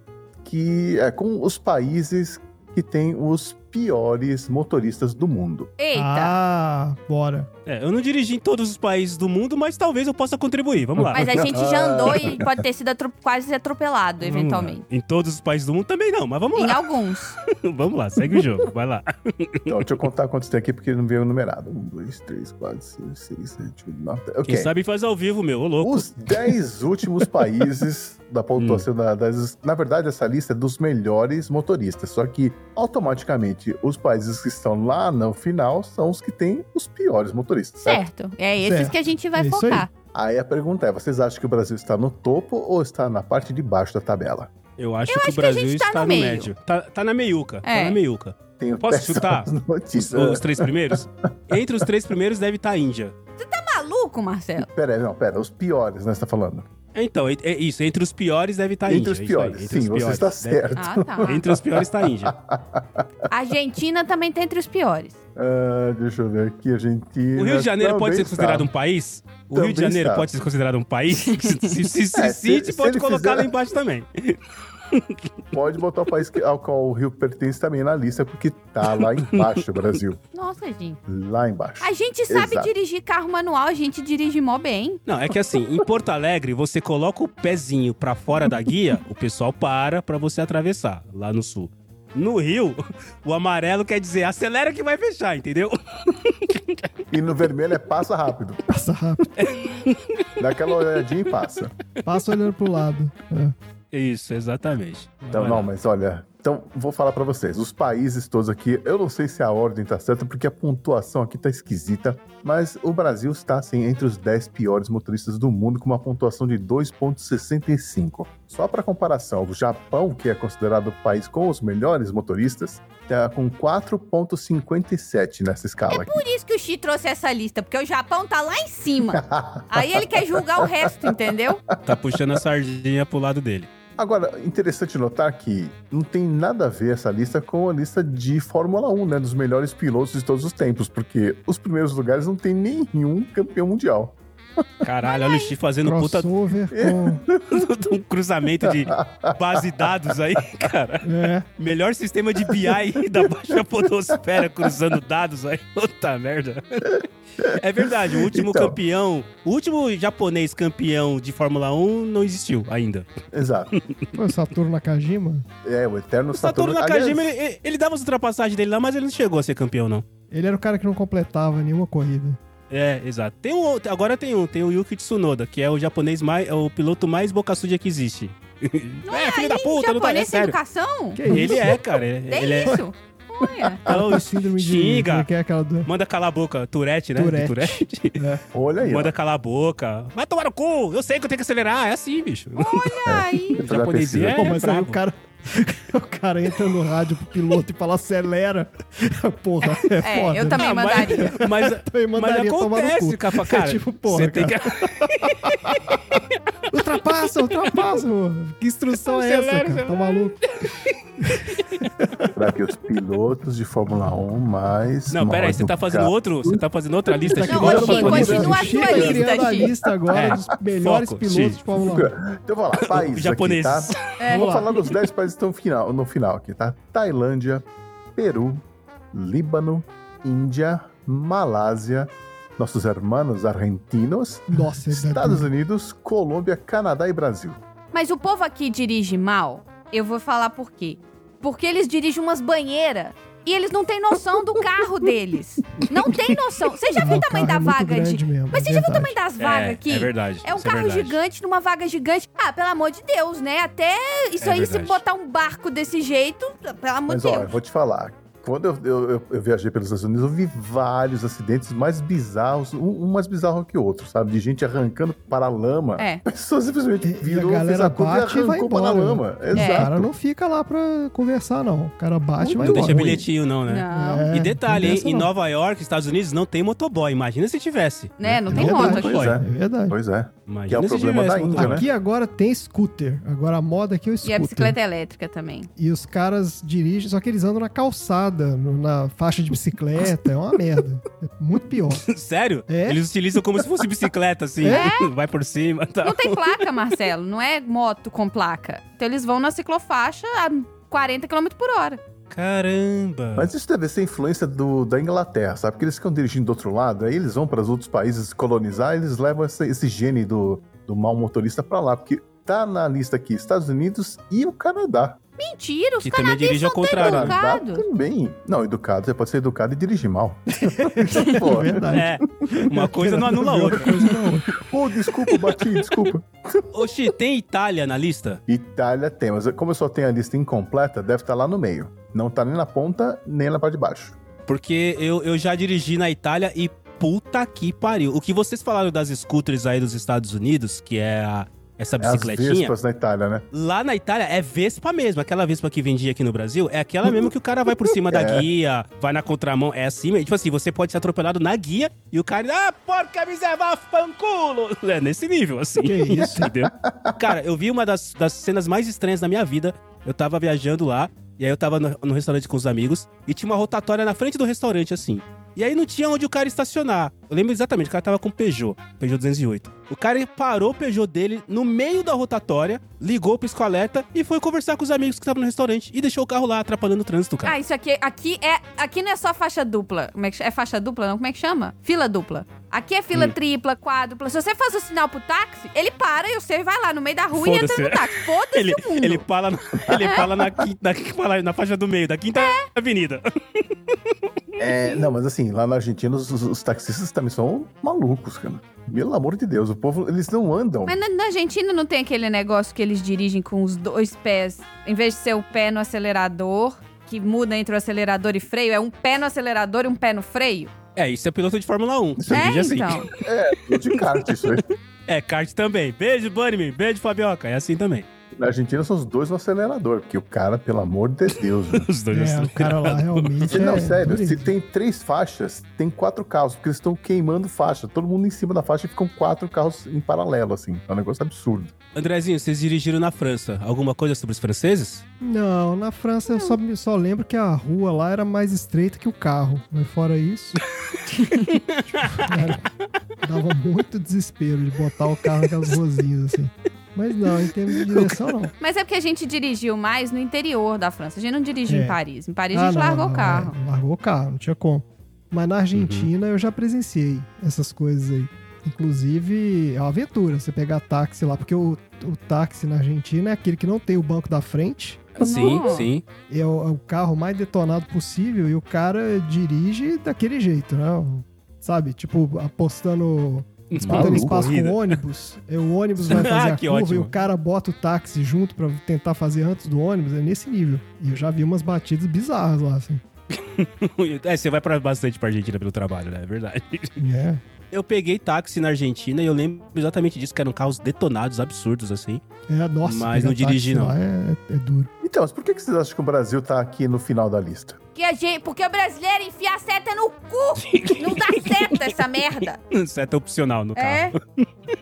D: que é com os países que têm os piores motoristas do mundo.
B: Eita.
C: Ah, bora.
A: É, eu não dirigi em todos os países do mundo, mas talvez eu possa contribuir. Vamos lá.
B: Mas é, a gente já andou e pode ter sido atro- quase atropelado,
A: Vamos lá.
B: eventualmente.
A: Em todos os países do mundo também não, mas vamos
B: Em
A: lá.
B: alguns.
A: Vamos lá, segue o jogo, vai lá.
D: Então, deixa eu contar quantos tem aqui, porque não veio numerado. Um, dois, três, quatro, cinco, seis, sete, oito, nove. dez. Ok.
A: Quem sabe faz ao vivo, meu, ô louco.
D: Os 10 últimos países da pontuação
A: Hum.
D: da- das. Na verdade, essa lista é dos melhores motoristas. Só que automaticamente os países que estão lá no final são os que têm os piores motoristas, certo?
B: Certo. É esses
C: Certo.
B: que a gente vai
C: É isso
B: focar.
D: Aí a pergunta é: vocês acham que o Brasil está no topo ou está na parte de baixo da tabela?
A: Eu acho
B: Eu
A: que o
B: acho que a
A: Brasil
B: gente tá
A: está
B: no
A: no
B: meio.
A: médio. Tá, tá na meiuca, tá
B: É.
A: na meiuca.
D: Tenho
A: Posso
D: péssimas
A: chutar? Os,
D: Notícias.
A: os três primeiros? Entre os três primeiros deve estar a Índia.
B: Tá maluco, Marcelo?
D: Pera aí, não, pera. Os piores, né? Você tá falando?
A: Então, é, é isso. Entre os piores deve estar a Índia.
D: entre os
A: é isso aí,
D: piores.
A: entre
D: Sim,
A: os
D: você
A: piores,
D: está
A: né?
D: certo.
B: Ah, tá.
A: Entre os piores está a Índia.
B: A Argentina também tá entre os piores.
D: Ah, deixa eu ver aqui, Argentina.
A: O Rio de Janeiro pode
D: também
A: ser considerado
D: tá.
A: um país? O
D: Também
A: Rio de Janeiro
D: está.
A: pode ser considerado um país? se se, se, se,
D: É, se-
A: City
D: se
A: pode
D: ele
A: colocar
D: fizer-
A: lá embaixo também.
D: Pode botar o país que, ao qual o Rio pertence também na lista, porque tá lá embaixo, Brasil.
B: Nossa, gente.
D: Lá embaixo.
B: A gente sabe
D: Exato.
B: dirigir carro manual, a gente dirige mó bem.
A: Não, é que assim, em Porto Alegre, você coloca o pezinho pra fora da guia, o pessoal para pra você atravessar lá no sul. No Rio, o amarelo quer dizer acelera que vai fechar, entendeu?
D: E no vermelho é passa rápido.
C: Passa rápido.
D: Dá aquela olhadinha e passa.
C: Passa olhando pro lado. É.
A: Isso, exatamente.
D: Então,
A: Vai
D: não,
A: lá.
D: mas olha. Então, vou falar pra vocês. Os países todos aqui, eu não sei se a ordem tá certa, porque a pontuação aqui tá esquisita, mas o Brasil está, assim, entre os 10 piores motoristas do mundo, com uma pontuação de 2,65. Só pra comparação, o Japão, que é considerado o país com os melhores motoristas, tá com 4,57 nessa escala aqui.
B: Por isso que o Xi trouxe essa lista, porque o Japão tá lá em cima. Aí ele quer julgar o resto, entendeu?
A: Tá puxando a sardinha pro lado dele.
D: Agora, interessante notar que não tem nada a ver essa lista com a lista de Fórmula 1, né? Dos melhores pilotos de todos os tempos, porque os primeiros lugares não tem nenhum campeão mundial.
A: Caralho, olha o Xi fazendo puta
C: Crossover com.
A: um cruzamento de base de dados aí, cara.
C: É.
A: Melhor sistema de BI da baixa podosfera cruzando dados aí. Puta merda. É verdade, o último
D: Então.
A: campeão, o último japonês campeão de Fórmula 1 não existiu ainda.
D: Exato.
C: Foi o Saturno Nakajima.
D: É, o eterno
A: O Satoru
D: Saturno.
A: Nakajima,
D: Aliás,
A: ele, ele dava as ultrapassagens dele lá, mas ele não chegou a ser campeão, não.
C: Ele era o cara que não completava nenhuma corrida.
A: É, exato. Tem um, outro- agora tem um, tem o Yuki Tsunoda, que é o japonês mais, é o piloto mais boca suja que existe. é, filho da puta, não tá, é
B: Japonês sem
A: sério.
B: educação?
C: Que
A: Ele
C: isso?
A: é, cara, ele,
B: Tem
A: ele é.
B: isso? Olha.
A: Então,
C: Síndrome de.
A: Xinga.
C: como é Que é aquela do...
A: Manda calar a boca, Turete, né?
C: Tourette.
A: Turete.
D: Olha aí. ó.
A: Manda calar a boca. Vai tomar no cu. Eu sei que eu tenho que acelerar. É assim, bicho.
B: Olha aí.
A: O
D: Fazer a
A: japonês
D: pesquisa.
A: é,
C: Pô, mas aí
A: brabo.
C: o cara. O cara entra no rádio pro piloto e fala acelera. Porra, é,
B: É,
C: foda.
B: eu
C: né?
A: Ah,
B: também mandaria.
A: mas, mas,
C: Também mandaria
A: mas
C: tomar no
A: acontece,
C: cu.
A: capa, cara.
C: É tipo, porra,
A: você tem que
C: Ultrapassa, ultrapassa, pô. Que instrução é essa,
A: Acelera,
C: cara? Tá maluco?
D: Pra que os pilotos de Fórmula 1 mais.
A: é? Não, pera aí, você tá fazendo
D: outro.
A: outro, você tá fazendo outra lista
C: Tá
A: aqui.
B: Não,
A: Bora
B: ô,
A: pra
B: Xi,
A: outra lista.
D: um
B: continua a
C: Xi
B: sua
C: tá
B: lista,
C: criando a
B: Xi.
C: lista agora
A: É,
C: dos melhores
A: foco,
C: pilotos
A: Xi.
C: de Fórmula 1.
D: Então vamos lá, países.
A: japonês.
D: Aqui, tá? Vou falar dos 10 países que estão no final, no final aqui, tá? Tailândia, Peru, Líbano, Índia, Malásia, nossos hermanos argentinos,
C: Nossa, esse tá
D: Estados
C: daqui.
D: Unidos, Colômbia, Canadá e Brasil.
B: Mas o povo aqui dirige mal. Eu vou falar por quê. Porque eles dirigem umas banheiras. E eles não têm noção do carro deles. Não tem noção. Você já viu
C: Ah,
B: o tamanho da
C: carro é muito
B: vaga de.
C: grande mesmo,
B: Mas
C: é
B: você já viu o
C: verdade.
B: tamanho das vagas aqui?
A: É verdade.
B: É um
A: isso
B: carro
A: verdade.
B: gigante numa vaga gigante. Ah, pelo amor de Deus, né? Até isso
A: É
B: aí, se
A: verdade.
B: botar um barco desse jeito, pelo amor de
D: Mas
B: Deus.
D: olha, vou te falar. Quando eu, eu- eu- eu viajei pelos Estados Unidos, eu vi vários acidentes mais bizarros, um, um mais bizarro que o outro, sabe? De gente arrancando para a lama.
B: É.
D: A pessoa simplesmente
C: E- e a
D: virou, fez
C: galera
D: a curva e
C: bate e vai
D: arrancou para a
C: embora, É.
D: lama.
C: O
B: É.
D: Exato.
C: cara não fica lá pra conversar, não. O cara bate e vai
A: Não deixa
C: embora.
A: bilhetinho, não, né?
B: Não,
C: É,
A: E detalhe,
C: não
A: hein?
C: dessa
A: Em
C: não.
A: Nova York, Estados Unidos, não tem motoboy. Imagina se tivesse.
B: né? Não tem
A: Não,
B: moto
A: não,
B: aqui.
D: Pois
C: É
D: é.
C: verdade.
D: Pois é.
A: Imagina
D: Que é o
A: se
D: problema
A: tivesse
D: da Índia,
A: motoboy.
D: né?
C: Aqui agora tem scooter. Agora a moda aqui é o scooter.
B: E a bicicleta elétrica também.
C: E os caras dirigem, só que eles andam na calçada, no- na faixa de bicicleta. É uma merda. É muito pior.
A: Sério?
C: É?
A: Eles utilizam como se fosse bicicleta, assim. Vai por cima e tal.
B: Não tem placa, Marcelo. Não é moto com placa. Então eles vão na ciclofaixa a 40 km por hora.
A: Caramba.
D: Mas isso deve ser influência do, da Inglaterra, sabe? Porque eles ficam dirigindo do outro lado, aí eles vão para os outros países colonizar, eles levam esse, esse gene do, do mau motorista para lá. Porque tá na lista aqui Estados Unidos e o Canadá.
B: Mentira, os
A: que também dirige ao contrário. né?
B: educado.
D: Canadá também. Não, educado, você pode ser educado e dirigir mal.
C: É
D: Pô,
C: verdade.
A: É, uma coisa não anula a
C: Outra
A: outra.
C: coisa não.
D: Pô, oh, desculpa, bati, desculpa.
A: Oxi, tem Itália na lista?
D: Itália tem, mas como eu só tenho a lista incompleta, deve estar lá no meio. Não tá nem na ponta, nem na parte de baixo.
A: Porque eu, eu já dirigi na Itália e puta que pariu. O que vocês falaram das scooters aí dos Estados Unidos, que é a, essa
D: É as
A: bicicletinha.
D: vespas na Itália, né?
A: Lá na Itália é Vespa mesmo, aquela Vespa que vendia aqui no Brasil, é aquela mesmo que o cara vai por cima da guia, vai na contramão, é assim mesmo. Tipo assim, você pode ser atropelado na guia e o cara, ah, porca miserável, fanculo! É nesse nível, assim.
C: Que isso?
A: Entendeu? Cara, eu vi uma das, das cenas mais estranhas da minha vida. Eu tava viajando lá, e aí eu tava no, no restaurante com os amigos, e tinha uma rotatória na frente do restaurante, assim. E aí não tinha onde o cara estacionar. Eu lembro exatamente, o cara tava com Peugeot, Peugeot 208. O cara parou o Peugeot dele no meio da rotatória, ligou pro pisco-alerta e foi conversar com os amigos que estavam no restaurante e deixou o carro lá atrapalhando o trânsito, cara.
B: Ah, isso aqui, aqui é, aqui não é só faixa dupla. Como é que ch- é faixa dupla não? Como é que chama? Fila dupla. Aqui é fila tripla, quádrupla. Se você faz o sinal pro táxi, ele para e você vai lá no meio da rua e entra
A: Foda-se.
C: é.
B: no táxi. Foda-se
A: Ele,
B: o mundo.
A: ele fala, ele fala na, quinta, na, na faixa do meio, da quinta avenida.
D: É, não, mas assim, lá na Argentina os, os- os taxistas também são malucos, cara. Pelo amor de Deus, o povo, eles não andam.
B: Mas na, na Argentina não tem aquele negócio que eles dirigem com os dois pés. Em vez de ser o pé no acelerador, que muda entre o acelerador e freio, é um pé no acelerador e um pé no freio?
A: É, isso é piloto de Fórmula 1. Você
B: é,
A: dirige assim.
B: então.
D: É, De kart, isso aí.
A: É, kart também. Beijo, Bunnyman. Beijo, Fabioca. É assim também.
D: Na Argentina são os dois no acelerador, porque o cara, pelo amor de Deus. velho.
A: Os dois
C: É, o cara lá realmente.
D: não,
C: é
D: sério,
C: doido.
D: se tem três faixas, tem quatro carros, porque eles estão queimando faixa. Todo mundo em cima da faixa e ficam quatro carros em paralelo, assim. É um negócio absurdo.
A: Andrezinho, vocês dirigiram na França. Alguma coisa sobre os franceses?
C: Não, na França eu só, me- só lembro que a rua lá era mais estreita que o carro. Mas fora isso. era- dava muito desespero de botar o carro naquelas ruazinhas assim. Mas não, em termos de direção, não.
B: Mas é porque a gente dirigiu mais no interior da França. A gente não dirigiu
C: É.
B: em Paris. Em Paris
C: Ah,
B: a gente
C: não,
B: largou
C: não,
B: o carro.
C: é, largou o carro, não tinha como. Mas na Argentina eu já presenciei essas coisas aí. Inclusive, é uma aventura você pegar táxi lá, porque o, o táxi na Argentina é aquele que não tem o banco da frente,
A: Sim,
B: Não.
A: sim.
C: é o, é o carro mais detonado possível e o cara dirige daquele jeito, né? Sabe? Tipo, apostando. Disputando
D: Maluco,
C: espaço
A: corrida.
C: com o ônibus. É, O ônibus vai fazer
A: Ah,
C: a
A: que
C: curva
A: ótimo.
C: e o cara bota o táxi junto pra tentar fazer antes do ônibus. É nesse nível. E eu já vi umas batidas bizarras lá, assim.
A: É, você vai pra bastante pra Argentina pelo trabalho, né? É verdade.
C: É.
A: Eu peguei táxi na Argentina e eu lembro exatamente disso, que eram carros detonados, absurdos, assim.
C: É, nossa,
A: Mas
C: pegar
A: não dirigir, não.
C: táxi lá É, é duro.
D: Então, mas por que que vocês acham que o Brasil tá aqui no final da lista?
B: Que a gente, porque o brasileiro enfia a seta no cu. não dá seta essa merda.
A: Seta é opcional no carro.
B: É.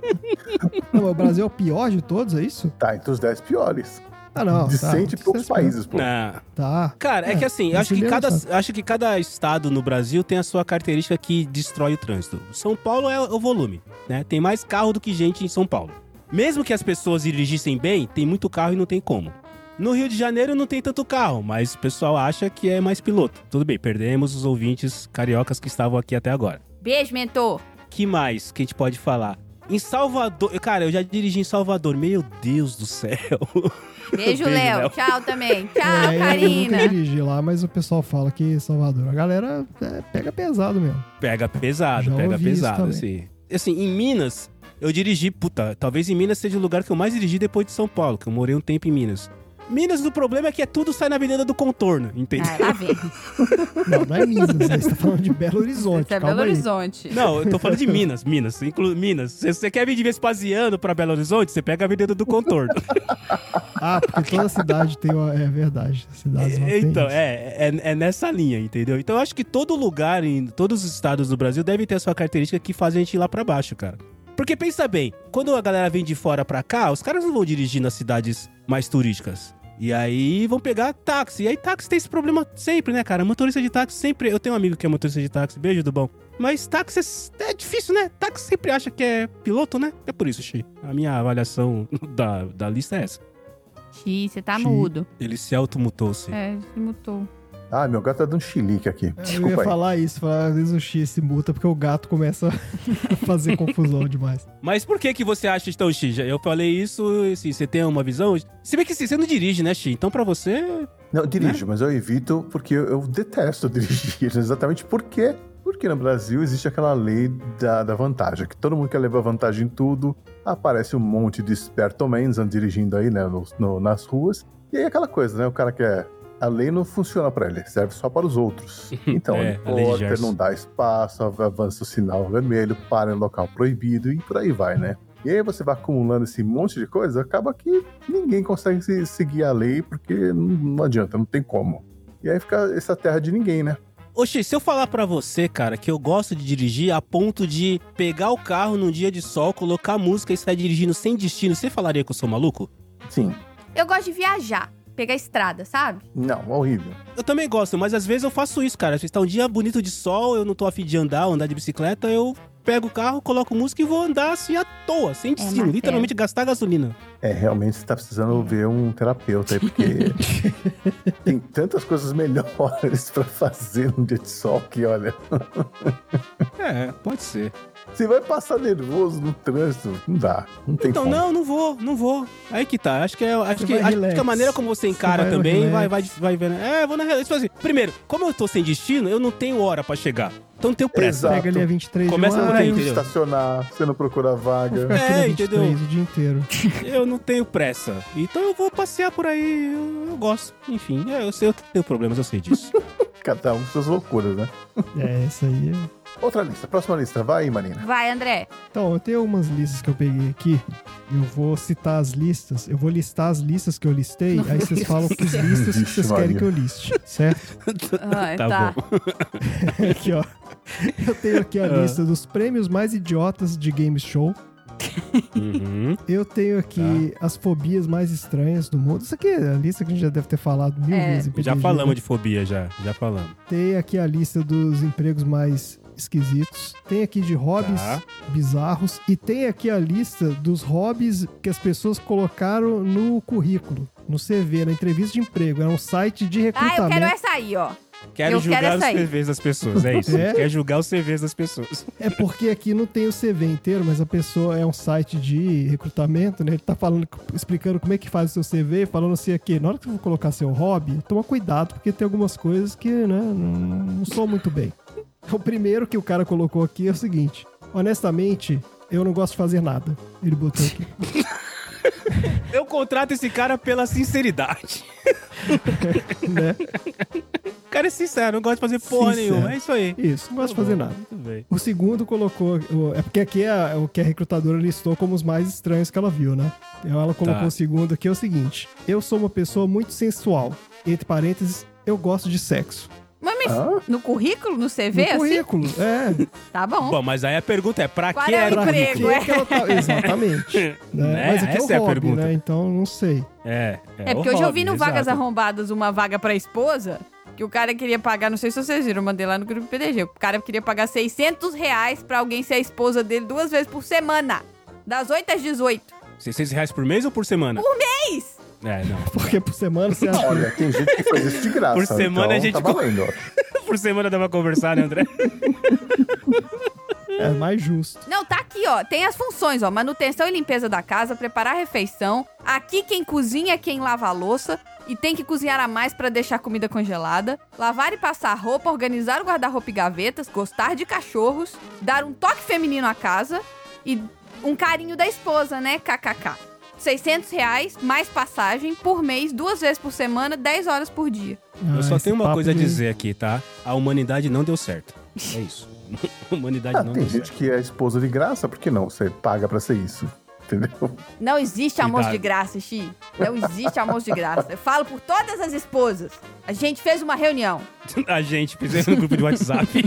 C: Não, mas o Brasil é o pior de todos, é isso?
D: Tá entre os dez piores.
C: Ah, não.
D: de
C: tá,
D: cento e poucos
C: tá,
D: países, pô.
A: Ah.
C: Tá.
A: Cara, é,
C: É,
A: que assim, eu acho que,
C: brasileiro
A: cada, acho que cada estado no Brasil tem a sua característica que destrói o trânsito. São Paulo é o volume, né? Tem mais carro do que gente em São Paulo. Mesmo que as pessoas dirigissem bem, tem muito carro e não tem como. No Rio de Janeiro não tem tanto carro, mas o pessoal acha que é mais piloto. Tudo bem, perdemos os ouvintes cariocas que estavam aqui até agora.
B: Beijo, mentor.
A: Que mais que a gente pode falar? Em Salvador, cara, eu já dirigi em Salvador. Meu Deus do céu. Beijo,
B: Beijo, Léo.
A: Léo.
B: Tchau também. Tchau,
C: É, eu
B: Ah, Karina.
C: nunca dirigi lá, mas o pessoal fala que Salvador. A galera é, pega pesado mesmo.
A: Pega pesado,
C: Já
A: pega
C: ouvi isso
A: pesado,
C: também.
A: assim. Assim, em Minas, eu dirigi, puta, talvez em Minas seja o lugar que eu mais dirigi depois de São Paulo, que eu morei um tempo em Minas. Minas, o problema é que é tudo sai na avenida do contorno, entende?
B: Ah, lá vem.
C: Não, não é Minas, né? Você tá falando de Belo Horizonte.
B: Isso é
C: calma
B: Belo
C: aí.
B: Horizonte.
A: Não, eu tô falando de Minas, Minas, inclu Minas. Se você quer vir de Vespasiano pra Belo Horizonte, você pega a avenida do contorno.
C: Ah, porque toda cidade tem uma... É verdade. Cidades lá tem
A: então,
C: isso.
A: é, é, é nessa linha, entendeu? Então eu acho que todo lugar, em todos os estados do Brasil, deve ter a sua característica que faz a gente ir lá pra baixo, cara. Porque pensa bem, quando a galera vem de fora pra cá, os caras não vão dirigir nas cidades mais turísticas. E aí vão pegar táxi. E aí táxi tem esse problema sempre, né, cara? Motorista de táxi sempre. Eu tenho um amigo que é motorista de táxi, beijo do bom. Mas táxi é é difícil, né? Táxi sempre acha que é piloto, né? É por isso, Xi. A minha avaliação da, da lista é essa.
B: Xi, você tá
C: Xi.
B: mudo.
A: Ele se automutou-se.
B: É, se mutou.
D: Ah, meu gato tá dando chilique aqui.
C: É, Eu ia
D: Desculpa aí.
C: falar isso, falar, às vezes o X se multa porque o gato começa a fazer confusão demais.
A: Mas por que que você acha então, Xi? Já- Eu falei isso, assim, você tem uma visão? Se bem que assim, você não dirige, né, Xi? Então pra você...
D: Não, eu dirijo, mas eu evito porque eu, eu detesto dirigir. Exatamente por quê? Porque no Brasil existe aquela lei da, da vantagem, que todo mundo quer levar vantagem em tudo. Aparece um monte de espertomans andando dirigindo aí, né, no- no- nas ruas. E aí é aquela coisa, né? O cara quer. A lei não funciona pra ele, serve só para os outros. Então,
A: É,
D: ele
A: a lei de
D: corta,
A: Gerson.
D: não dá espaço, av- avança o sinal vermelho, para em local proibido e por aí vai, né? E aí você vai acumulando esse monte de coisa, acaba que ninguém consegue se- seguir a lei, porque não, não adianta, não tem como. E aí fica essa terra de ninguém, né?
A: Oxi, se eu falar pra você, cara, que eu gosto de dirigir a ponto de pegar o carro num dia de sol, colocar música e sair dirigindo sem destino, você falaria que eu sou um maluco?
D: Sim.
B: Eu gosto de viajar, pegar estrada, sabe?
D: Não, é horrível.
A: Eu também gosto, mas às vezes eu faço isso, cara. Se está um dia bonito de sol, eu não tô afim de andar, ou andar de bicicleta, eu pego o carro, coloco música e vou andar assim à toa, sem destino,
B: Matheus.
A: literalmente gastar gasolina.
D: É, realmente você tá
A: Hum.
D: precisando ver um terapeuta aí, porque tem tantas coisas melhores pra fazer num dia de sol que, olha,
A: É, pode ser.
D: você vai passar nervoso no trânsito, não dá, não tem
A: Então,
D: como.
A: não, não vou, não vou. Aí que tá. Acho que, é, acho
C: Você
A: que,
C: vai
A: acho
C: relax.
A: que a maneira como você
C: Você
A: encara
C: vai no
A: também vai,
C: relax.
A: vai, vai vendo. É, vou na relax. Tipo assim, primeiro, como eu tô sem destino, eu não tenho hora pra chegar. Então não tenho pressa.
D: Exato.
C: Pega ali a 23
A: Começa
C: de
A: no
C: maio,
D: Não tem onde
A: né, entendeu?
D: estacionar, você não procura vaga.
C: fica aqui na
A: É,
C: 23
A: entendeu?
C: o dia inteiro.
A: Eu não tenho pressa. Então eu vou passear por aí, eu, eu gosto. Enfim, é, eu sei, eu tenho problemas, eu sei disso.
D: Cada um com suas loucuras, né?
C: É, essa aí é...
D: Outra lista, próxima lista, vai aí, Marina.
B: Vai, André.
C: Então, eu tenho umas listas que eu peguei aqui. Eu vou citar as listas. Eu vou listar as listas que eu listei. aí vocês falam que as listas que vocês
D: Vixe,
C: querem
D: Maria.
C: que eu liste, certo?
B: Ah,
A: Tá
B: bom.
C: aqui, ó. Eu tenho aqui a
A: Ah.
C: lista dos prêmios mais idiotas de game show.
A: Uhum.
C: Eu tenho aqui as fobias mais estranhas do mundo. Isso aqui é a lista que a gente já deve ter falado mil
B: É.
C: vezes. em
A: Já
C: PTG.
A: falamos de fobia, já. Já falamos.
C: Tem aqui a lista dos empregos mais esquisitos. Tem aqui de hobbies
A: Tá.
C: bizarros. E tem aqui a lista dos hobbies que as pessoas colocaram no currículo, no CV, na entrevista de emprego. É um site de
B: Ah, eu quero
C: recrutamento.
B: essa aí, ó.
A: Quero
B: Eu
A: julgar
B: quero
A: os
B: essa aí.
A: CVs das pessoas, é isso.
C: É?
A: Quer julgar os CVs das pessoas.
C: É porque aqui não tem o CV inteiro, mas a pessoa é um site de recrutamento, né? Ele tá falando, explicando como é que faz o seu CV, falando assim aqui, na hora que você for colocar seu hobby, toma cuidado, porque tem algumas coisas que, né, não, não sou muito bem. O primeiro que o cara colocou aqui é o seguinte: honestamente, eu não gosto de fazer nada. Ele botou aqui.
A: Eu contrato esse cara pela sinceridade.
C: né?
A: O cara é sincero, não gosta de fazer porra
C: Sincero.
A: nenhuma. É isso aí. Tá
C: Isso, não gosto de fazer nada.
A: Muito bem.
C: O segundo colocou. o- É porque aqui é o que a recrutadora listou como os mais estranhos que ela viu, né? Então ela colocou
A: Tá.
C: o segundo aqui, é o seguinte: Eu sou uma pessoa muito sensual. Entre parênteses, eu gosto de sexo.
B: Mas me-
D: Hã?
B: no currículo, no CV,
C: no
B: assim?
C: currículo, é.
B: Tá bom.
A: Bom, mas aí a pergunta é: pra
B: Qual
A: que
B: é o
A: era o
C: Pra
B: emprego?
A: currículo?
C: que que ela tá... Exatamente. né?
A: Né?
C: Mas aqui
A: Essa
C: é
A: é
C: o
A: a
C: hobby,
A: pergunta.
C: né? Então não sei.
A: É,
B: É
A: o
B: porque hoje eu vi
A: hobby,
B: no
A: exato.
B: Vagas Arrombadas uma vaga pra esposa que o cara queria pagar, não sei se vocês viram, eu mandei lá no grupo PDG. O cara queria pagar 600 reais pra alguém ser a esposa dele duas vezes por semana. Das 8 às 18.
A: 600 reais por mês ou por semana? Por mês! É, não.
C: Porque por semana você acha.
D: Olha, tem gente que faz isso de graça.
A: Por semana
D: então
A: a gente
D: Tá
A: co-
D: valendo, ó.
A: por semana dá pra conversar, né, André?
C: É mais justo.
B: Não, tá aqui, ó. Tem as funções, ó. Manutenção e limpeza da casa, preparar a refeição. Aqui quem cozinha é quem lava a louça. E tem que cozinhar a mais pra deixar a comida congelada. Lavar e passar roupa, organizar o guarda-roupa e gavetas. Gostar de cachorros. Dar um toque feminino à casa. E um carinho da esposa, né? KKK. 600 reais, mais passagem, por mês, duas vezes por semana, 10 horas por dia.
A: Eu só
C: Ah, esse
A: tenho uma
C: papo
A: coisa a
C: de-
A: dizer aqui, tá? A humanidade não deu certo. É isso. A humanidade
D: Ah,
A: não
D: tem
A: deu
D: gente
A: certo.
D: que é esposa de graça, por que não? Você paga pra ser isso, entendeu?
B: Não existe almoço
A: Cuidado.
B: de graça, Xi. Não existe almoço de graça. Eu falo por todas as esposas. A gente fez uma reunião.
A: A gente fizemos um grupo de WhatsApp,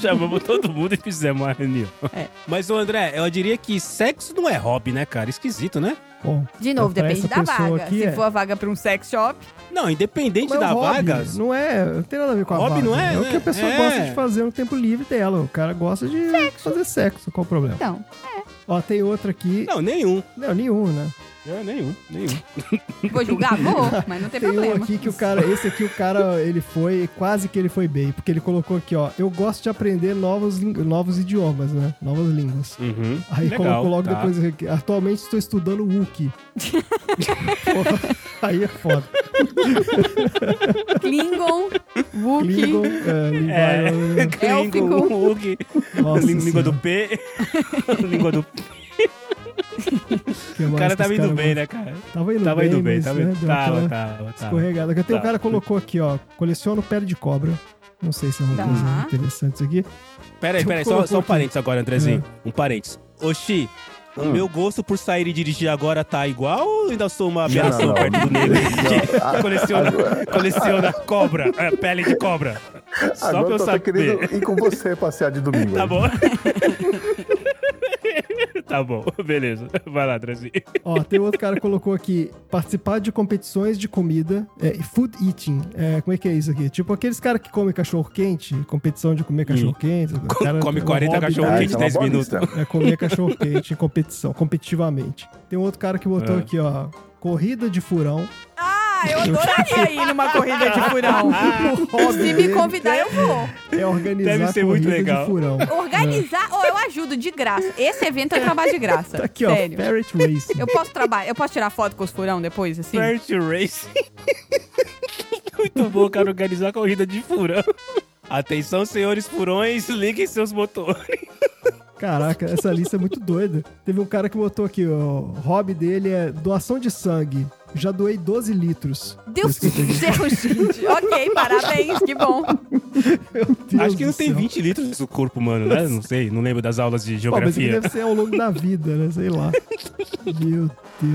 A: chamamos todo mundo e fizemos uma reunião.
B: É.
A: Mas, ô André, eu diria que sexo não é hobby, né, cara? Esquisito, né?
C: Bom,
B: De novo,
C: Pra
B: depende
C: Então, essa
B: da
C: pessoa
B: vaga.
C: aqui,
B: Se
C: é.
B: for a vaga pra um sex shop,
A: Não, independente
C: Mas
A: da
C: um hobby
A: vaga...
C: Não é, não tem nada a ver com a
A: Hobby
C: vaga.
A: não é,
C: É o
A: né?
C: que a pessoa
A: É.
C: gosta de fazer no tempo livre dela. O cara gosta de fazer sexo, qual o problema?
B: então.
C: Ó, tem outra aqui.
A: Não, nenhum.
C: Não, nenhum, né?
A: É, nenhum, nenhum.
B: Vou julgar? Vou, mas não tem,
C: Tem um
B: problema.
C: aqui que o cara, esse aqui o cara, ele foi, quase que ele foi bem, porque ele colocou aqui, ó, eu gosto de aprender novos, lin- novos idiomas, né? Novas línguas.
A: Uhum.
C: Aí
A: Legal,
C: colocou logo
A: tá.
C: depois aqui, atualmente estou estudando Wookiee. Porra, Aí é foda.
B: Klingon, Wookie.
C: Klingon, é,
A: É,
C: Limbaio,
A: Klingon,
B: Élfico.
A: Hulk,
C: Nossa
A: língua do
C: Senhora,
A: P, língua do P.
C: que mais
A: O cara
C: que
A: tava
C: os
A: indo
C: cara
A: bem, né, cara?
C: Tava indo
A: Tava
C: bem,
A: indo bem,
C: mas,
A: tava
C: né,
A: indo
C: deu
A: Tava,
C: aquela
A: tava, tava.
C: escorregada. Tem
A: Tá.
C: o cara colocou aqui, ó, coleciona o pé de cobra. Não sei se é uma
B: Tá.
C: coisa interessante isso aqui.
A: Peraí,
C: Eu
A: peraí, só,
C: colocou
A: só um
C: aqui. Ah.
A: parênteses agora, Andrezinho. Um parênteses. Oxi,
D: Hum.
A: Meu gosto por sair e dirigir agora tá igual ou ainda sou uma
D: Não,
A: aberração
D: não.
A: perto do negro que
D: Não,
A: coleciona, coleciona cobra, é, pele de cobra? Só pra
D: Agora
A: eu
D: eu tô até
A: saber.
D: querendo ir com você passear de domingo.
A: Tá bom. tá bom, beleza. Vai lá, Trazi.
C: Ó, tem outro cara que colocou aqui: participar de competições de comida, é, food eating. É, como é que é isso aqui? Tipo aqueles caras que comem cachorro quente, competição de comer cachorro quente.
A: Hum. Come 40
D: Ah,
A: cachorro-quente
D: isso é uma
A: 10
D: boa
A: minutos.
D: lista.
C: um É comer cachorro quente em competição, competitivamente. Tem um outro cara que botou
A: É.
C: aqui, ó. Corrida de furão.
B: Ah, eu adoraria ir numa corrida de furão.
C: O hobby
B: Se me
C: dele
B: convidar, eu vou.
C: é organizar
A: Deve ser muito
C: corrida
A: legal.
C: de furão.
B: Organizar, ou eu ajudo de graça. Esse evento eu trabalho de graça.
C: Tá aqui, ó.
B: sério.
C: Parrot Racing.
B: Eu posso trabalhar, eu posso tirar foto com os furão depois, assim?
A: First Race. Muito bom, cara, organizar a corrida de furão. Atenção, senhores furões, liguem seus motores.
C: Caraca, essa lista é muito doida. Teve um cara que botou aqui, ó. O hobby dele é doação de sangue. Já doei 12 litros.
B: Deus do
C: Esse aqui.
B: céu, gente. Ok, parabéns, que bom.
C: Deus
A: Acho que
C: do
A: não tem
C: céu.
A: 20 litros do corpo humano, né? Não sei, não lembro das aulas de
C: Pô, mas isso aqui
A: geografia.
C: deve ser ao longo da vida, né? Sei lá. Meu Deus.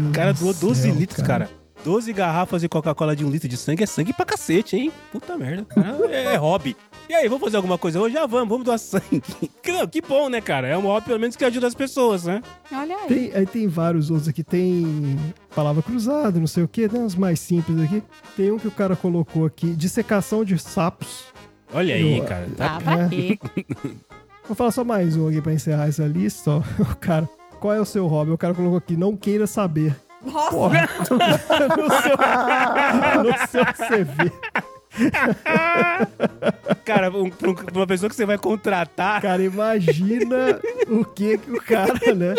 A: O cara
C: do
A: doou 12
C: céu,
A: litros, cara. 12 garrafas de Coca-Cola de um litro de sangue é sangue pra cacete, hein? Puta merda. cara. É, é hobby. E aí, vamos fazer alguma coisa hoje? Já vamos, vamos doar sangue. Que, que bom, né, cara? É um hobby, pelo menos, que ajuda as pessoas, né?
B: Olha aí.
C: Tem, aí tem vários outros aqui. Tem palavra cruzada, não sei o quê. Tem uns mais simples aqui. Tem um que o cara colocou aqui. Dissecação de sapos.
A: Olha aí,
C: Eu-
A: cara. Tá
B: Ah, pra quê?
C: Vou falar só mais um aqui pra encerrar essa lista. ó. O cara... Qual é o seu hobby? O cara colocou aqui. Não queira saber.
B: Nossa,
C: Porra. no, seu, no seu CV.
A: Cara, um- pra um- pra uma pessoa que você vai contratar.
C: Cara, imagina o que que o cara, né?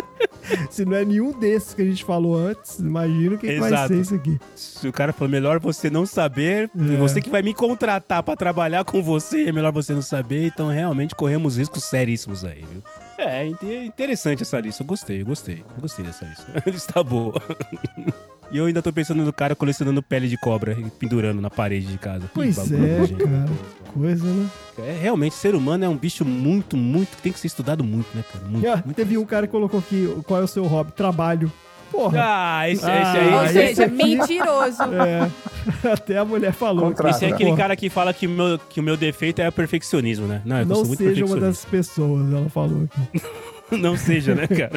C: Se não é nenhum desses que a gente falou antes, imagina o que, que vai
A: Exato.
C: ser isso aqui.
A: Se o cara falou, melhor você não saber.
C: É.
A: Você que vai me contratar pra trabalhar com você, é melhor você não saber. Então, realmente, corremos riscos seríssimos aí, viu? É, inte- interessante essa lista. Eu gostei, eu gostei. Eu gostei dessa lista. Está boa. E eu ainda tô pensando no cara colecionando pele de cobra e pendurando na parede de casa. Que
C: Pois
A: bagulho
C: é,
A: nojento.
C: cara. Coisa, né?
A: É, realmente, ser humano é um bicho muito, muito. que tem que ser estudado muito, né, cara? Muito,
C: E, ó,
A: muito.
C: teve um cara que colocou aqui qual é o seu hobby? Trabalho. Porra.
A: Ah, esse,
C: Ah,
A: esse aí.
B: ou
C: esse
B: seja,
C: aqui-
B: mentiroso.
C: É. Até a mulher falou.
D: Contrata.
A: Ah. Esse é aquele cara que fala que o meu, que o meu defeito é o perfeccionismo, né? Não, eu
C: Não
A: sou muito
C: seja uma
A: perfeccionista.
C: dessas pessoas, ela falou aqui.
A: Não seja, né, cara?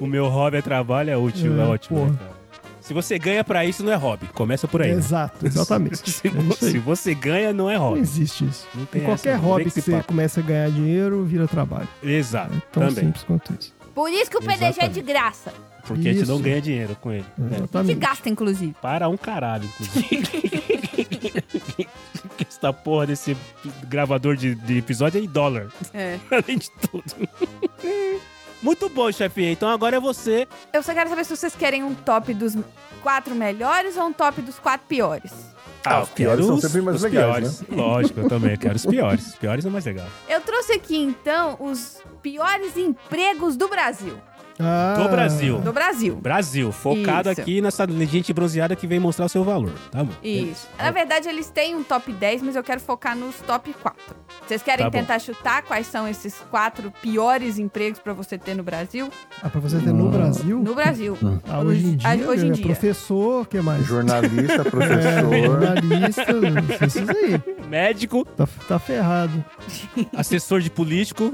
A: o meu hobby é trabalho, é útil, é,
C: É,
A: ótimo,
C: porra.
A: né, cara? Se você ganha pra isso, não é hobby. Começa por aí. né?
C: Exato, exatamente.
A: Se,
C: É isso
A: vo-
C: aí.
A: se você ganha, não é
C: Não
A: hobby.
C: existe isso.
A: Não tem
C: Em qualquer
A: essa, né? não.
C: hobby
A: Vem
C: que
A: com esse
C: você
A: papo.
C: começa a ganhar dinheiro, vira trabalho.
A: Exato,
C: É tão
A: também.
C: simples quanto isso.
B: Por isso que o PDG é de
A: Exatamente.
B: graça.
A: Porque a gente não
C: Isso. É.
A: ganha dinheiro com ele. né?
B: Que
C: Exatamente.
B: gasta, inclusive.
A: Para um caralho, inclusive. Essa porra desse gravador de, de episódio é em dólar.
B: É.
A: Além de tudo. Muito bom, chefinha. Então agora é você.
B: Eu só quero saber se vocês querem um top dos quatro melhores ou um top dos quatro piores.
D: Ah, os piores são sempre mais
A: os
D: legais,
A: piores.
D: né?
A: Lógico, eu também quero os piores. Os piores é mais legal.
B: Eu trouxe aqui, então, os piores empregos do Brasil.
C: Ah,
A: Do Brasil.
B: Do Brasil.
A: Brasil, focado
B: Isso.
A: aqui nessa gente bronzeada que vem mostrar o seu valor, tá bom?
B: Isso.
C: É.
B: Na verdade, eles têm um top 10, mas eu quero focar nos top 4. Vocês querem
A: Tá bom.
B: tentar chutar quais são esses quatro piores empregos pra você ter no Brasil?
C: Ah, pra você ter no Brasil?
B: No Brasil.
C: Ah, hoje em
B: Hoje-
C: dia.
B: hoje em
C: é
B: dia.
C: Professor, o que mais?
D: Jornalista,
C: É,
D: professor.
C: jornalista, esses aí.
A: Médico,
C: Tá, tá ferrado.
A: assessor de político,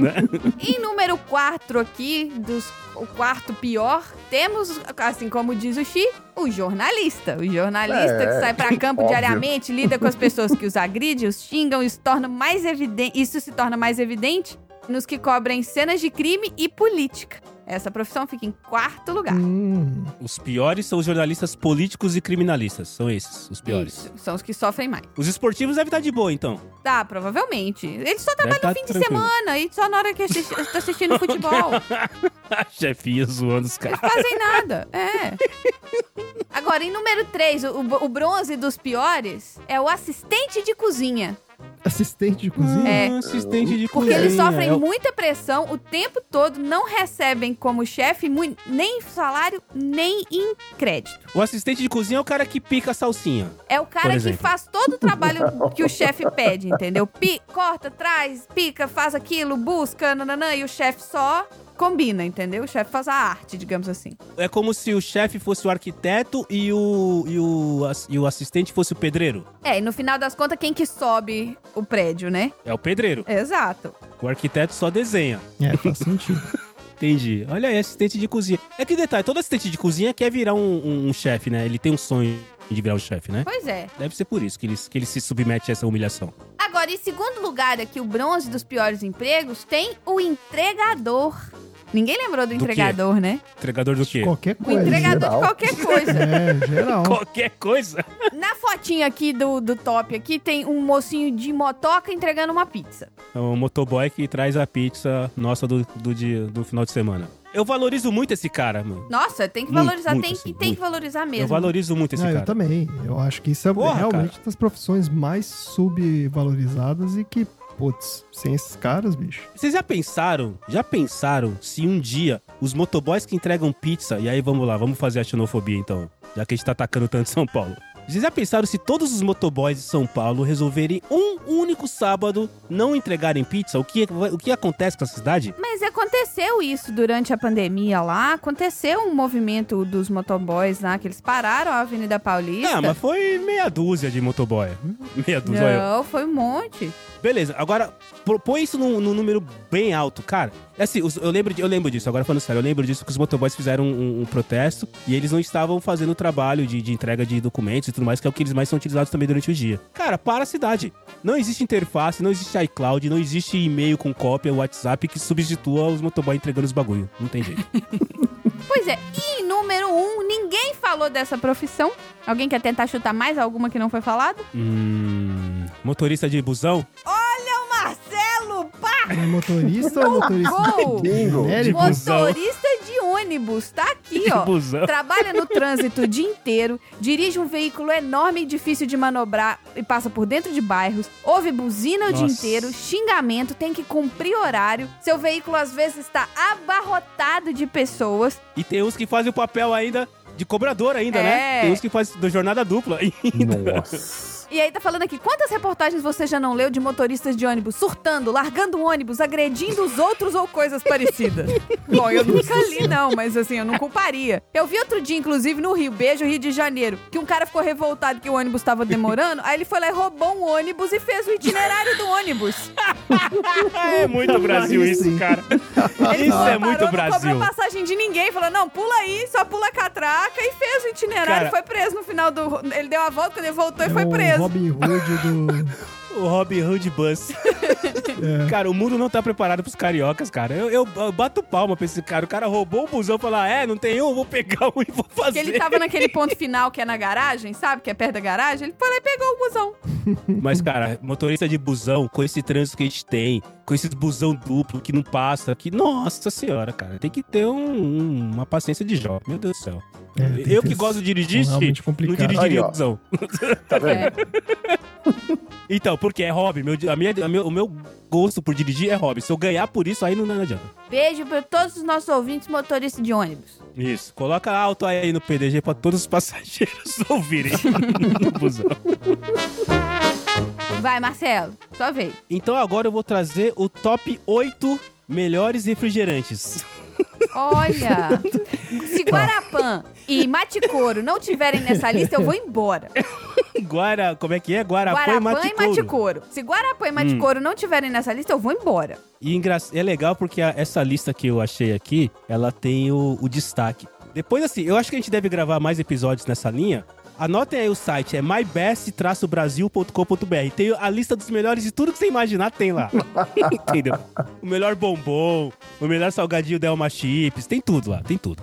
A: né?
B: Em número 4 aqui, dos, o quarto pior, temos, assim como diz o Xi, o jornalista. O jornalista
D: É,
B: que sai pra campo
D: óbvio.
B: diariamente, lida com as pessoas que os agridem, os xingam, e se torna mais evidente, isso se torna mais evidente nos que cobrem cenas de crime e política. Essa profissão fica em quarto lugar.
C: Hum,
A: Os piores são os jornalistas políticos e criminalistas. São esses, os piores.
B: Isso, são os que sofrem mais.
A: Os esportivos devem estar de boa, então.
B: Tá, provavelmente. Eles só
A: Deve
B: trabalham
A: tá
B: no fim de
A: tranquilo.
B: semana e só na hora que assisti- estão assistindo futebol.
A: A chefinha Ah, zoando os caras.
B: fazem nada. É. Agora, em número 3, o, o bronze dos piores é o assistente de cozinha.
C: assistente de cozinha?
B: É.
A: Ah, assistente de
B: Porque eles
A: cozinha.
B: sofrem
A: É o-
B: muita pressão o tempo todo, não recebem como chefe mui- nem salário, nem em crédito.
A: O assistente de cozinha é o cara que pica a salsinha.
B: É o
A: Por
B: cara que
A: exemplo.
B: faz todo o trabalho que o chefe pede, entendeu? Pi- corta, traz, pica, faz aquilo, busca, nananã, e o chefe só combina, entendeu? O chefe faz a arte, digamos assim.
A: É como se o chefe fosse o arquiteto e o, e, o, ass- e o assistente fosse o pedreiro.
B: É, e no final das contas, quem que sobe o prédio, né?
A: É o pedreiro.
B: Exato.
A: O arquiteto só desenha.
C: É, faz sentido.
A: Entendi. Olha aí, assistente de cozinha. É que detalhe, todo assistente de cozinha quer virar um, um- um chefe, né? Ele tem um sonho de virar um chefe, né?
B: Pois é.
A: Deve ser por isso que ele, que ele se submete a essa humilhação.
B: Agora, em segundo lugar aqui, o bronze dos piores empregos, tem o entregador. Ninguém lembrou do,
A: Do quê?
B: entregador, né?
A: Entregador do quê?
C: Qualquer
B: O
C: coisa.
B: entregador
D: geral.
B: de qualquer coisa.
C: É, geral.
A: Qualquer coisa.
B: Na fotinha aqui do, do top aqui, tem um mocinho de motoca entregando uma pizza.
A: É o motoboy que traz a pizza nossa do, do, dia- do final de semana. Eu valorizo muito esse cara, mano.
B: Nossa, tem que
A: Muito,
B: valorizar,
A: muito,
B: tem,
A: assim,
B: que- tem
A: muito.
B: que valorizar mesmo.
A: Eu valorizo muito é esse
C: Ah, eu
A: cara.
C: também. Eu acho que isso é
A: Porra,
C: realmente uma das profissões mais subvalorizadas e que, putz, sem esses caras, bicho.
A: Vocês já pensaram, já pensaram se um dia os motoboys que entregam pizza, e aí vamos lá, vamos fazer a xenofobia então, já que a gente tá atacando tanto São Paulo. Vocês já pensaram se todos os motoboys de São Paulo resolverem um único sábado não entregarem pizza? O que, o que acontece com a cidade?
B: Mas aconteceu isso durante a pandemia lá. Aconteceu um movimento dos motoboys lá, que eles pararam a Avenida Paulista.
A: Ah, mas foi meia dúzia de motoboy. Meia dúzia, olha.
B: Não, foi um monte.
A: Beleza, agora propõe isso num, num número bem alto, cara. É assim, os- eu lembro, de- eu lembro disso, agora falando sério, eu lembro disso que os motoboys fizeram um, um- um protesto e eles não estavam fazendo o trabalho de, de entrega de documentos e tudo mais, que é o que eles mais são utilizados também durante o dia. Cara, para a cidade. Não existe interface, não existe iCloud, não existe e-mail com cópia, WhatsApp que substitua os motoboys entregando os bagulho. Não tem jeito.
B: Pois é, e número um, ninguém falou dessa profissão. Alguém quer tentar chutar mais alguma que não foi falado?
A: hum, motorista de busão?
B: Olha o Marcelo Pá!
C: É motorista ou motorista?
B: Gol!
D: Bingo.
C: genérico?
A: busão.
B: Motorista de ônibus, tá aqui, ó.
A: busão.
B: Trabalha no trânsito o dia inteiro, dirige um veículo enorme e difícil de manobrar e passa por dentro de bairros, ouve buzina o dia
A: Nossa.
B: inteiro, xingamento, tem que cumprir horário. Seu veículo às vezes está abarrotado de pessoas.
A: E tem uns que fazem o papel ainda de cobrador ainda, né?
B: É.
A: Tem uns que fazem da jornada dupla.
D: Nossa.
B: E aí tá falando aqui, quantas reportagens você já não leu de motoristas de ônibus surtando, largando o ônibus, agredindo os outros ou coisas parecidas? Bom, eu nunca li não, mas assim, eu não culparia. Eu vi outro dia, inclusive, no Rio, beijo, Rio de Janeiro, que um cara ficou revoltado que o ônibus tava demorando, aí ele foi lá e roubou um ônibus e fez o itinerário do ônibus.
A: É muito Brasil
C: Mas,
A: isso,
C: sim.
A: cara. Isso é
B: Parou,
A: muito
B: Não
A: Brasil.
B: cobrou passagem de ninguém, falou, não, pula aí, só pula a catraca, e fez o
A: Cara-
B: itinerário, foi preso no final do... Ele deu a volta, quando ele voltou,
C: É
B: ele foi
C: o
B: preso.
C: Robin Hood do.
A: O Robin Hood Bus. Cara, o mundo não tá preparado pros cariocas, cara. Eu, eu- eu bato palma pra esse cara. O cara roubou um busão e falou: ah, é, não tem um, vou pegar um e vou
B: Que
A: fazer.
B: ele tá tava naquele ponto final que é na garagem, sabe? Que é perto da garagem. Ele foi lá e pegou o busão.
A: Mas, cara, motorista de busão, com esse trânsito que a gente tem, com esse busão duplo que não passa, que, nossa senhora, cara, tem que ter um- um- uma paciência de jovem. Meu Deus do céu.
C: É, tem
A: eu que
C: ter-
A: gosto de dirigir,
C: são realmente
A: não
C: complicado.
A: dirigiria
D: Aí, ó.
A: busão.
D: Tá vendo?
B: É.
A: Então, porque é hobby. Meu, a minha, a meu- o meu gosto por dirigir é hobby. Se eu ganhar por isso, aí não, não adianta.
B: Beijo pra todos os nossos ouvintes motoristas de ônibus.
A: Isso. Coloca alto aí no PDG pra todos os passageiros ouvirem no busão.
B: Vai, Marcelo. Sua vez.
A: Então agora eu vou trazer o top 8 melhores refrigerantes.
B: Olha. Se Guarapã e Maticoro não tiverem nessa lista, eu vou embora.
A: Guara, como é que é? Guarapã, e Hum.
B: Guarapã e
A: Maticouro.
B: Maticoro. Se Guarapã e Maticoro não tiverem nessa lista, eu vou embora.
A: E engra- é legal porque a- essa lista que eu achei aqui, ela tem o, o destaque. Depois, assim, eu acho que a gente deve gravar mais episódios nessa linha. Anotem aí o site, é mybest-brasil.com.br. Tem a lista dos melhores de tudo que você imaginar, tem lá. Entendeu? O melhor bombom, o melhor salgadinho Delma Chips, tem tudo lá, tem tudo.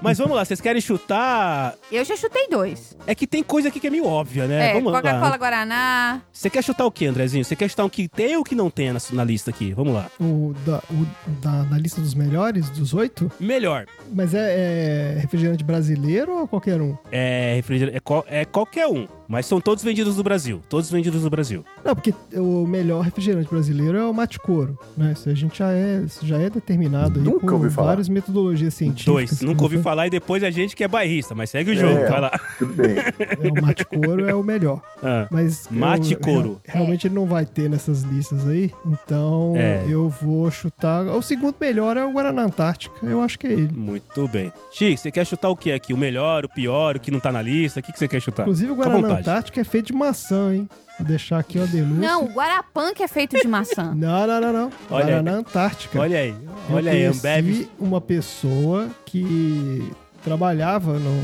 A: Mas vamos lá, vocês querem chutar?
B: Eu já chutei dois.
A: É que tem coisa aqui que é meio óbvia, né?
B: É,
A: vamos lá.
B: Coca-Cola Guaraná.
A: Você quer chutar o que, Andrezinho? Você quer chutar o que tem ou o que não tem na, na lista aqui? Vamos lá.
C: O, da, o da, da lista dos melhores, dos oito.
A: Melhor,
C: Mas é, é refrigerante brasileiro ou qualquer um?
A: É refrigerante. É, qual- é qualquer um. Mas são todos vendidos no Brasil. Todos vendidos no Brasil.
C: Não, porque o melhor refrigerante brasileiro é o mate couro, né? Isso a gente já é, isso já é determinado aí
D: Nunca
C: por
D: ouvi falar.
C: várias metodologias científicas.
A: Dois. Nunca ouvi
C: né?
A: falar e depois a gente que é bairrista, mas segue o jogo.
D: É.
A: Vai lá.
D: Tudo bem.
C: É, o mate couro é o melhor.
A: Ah,
C: Mas
A: Mate
C: eu-
A: couro.
C: eu- realmente ele não vai ter nessas listas aí. Então
A: É.
C: eu vou chutar. O segundo melhor é o Guaraná Antártica. Eu acho que é ele.
A: Muito bem. Chico, você quer chutar o que aqui? O melhor, o pior, o que não tá na lista? O que, que você quer chutar?
C: Inclusive o
A: Fica à
C: Guaraná
A: vontade.
C: Antártica é feito de maçã, hein? Vou deixar aqui ó, a denúncia.
B: Não, o Guarapã que é feito de maçã.
C: Não, não, não, não.
A: Olha aí.
C: Guaraná Antártica.
A: Olha aí.
C: Eu
A: Olha aí,
C: conheci
A: Ambev.
C: uma pessoa que trabalhava no,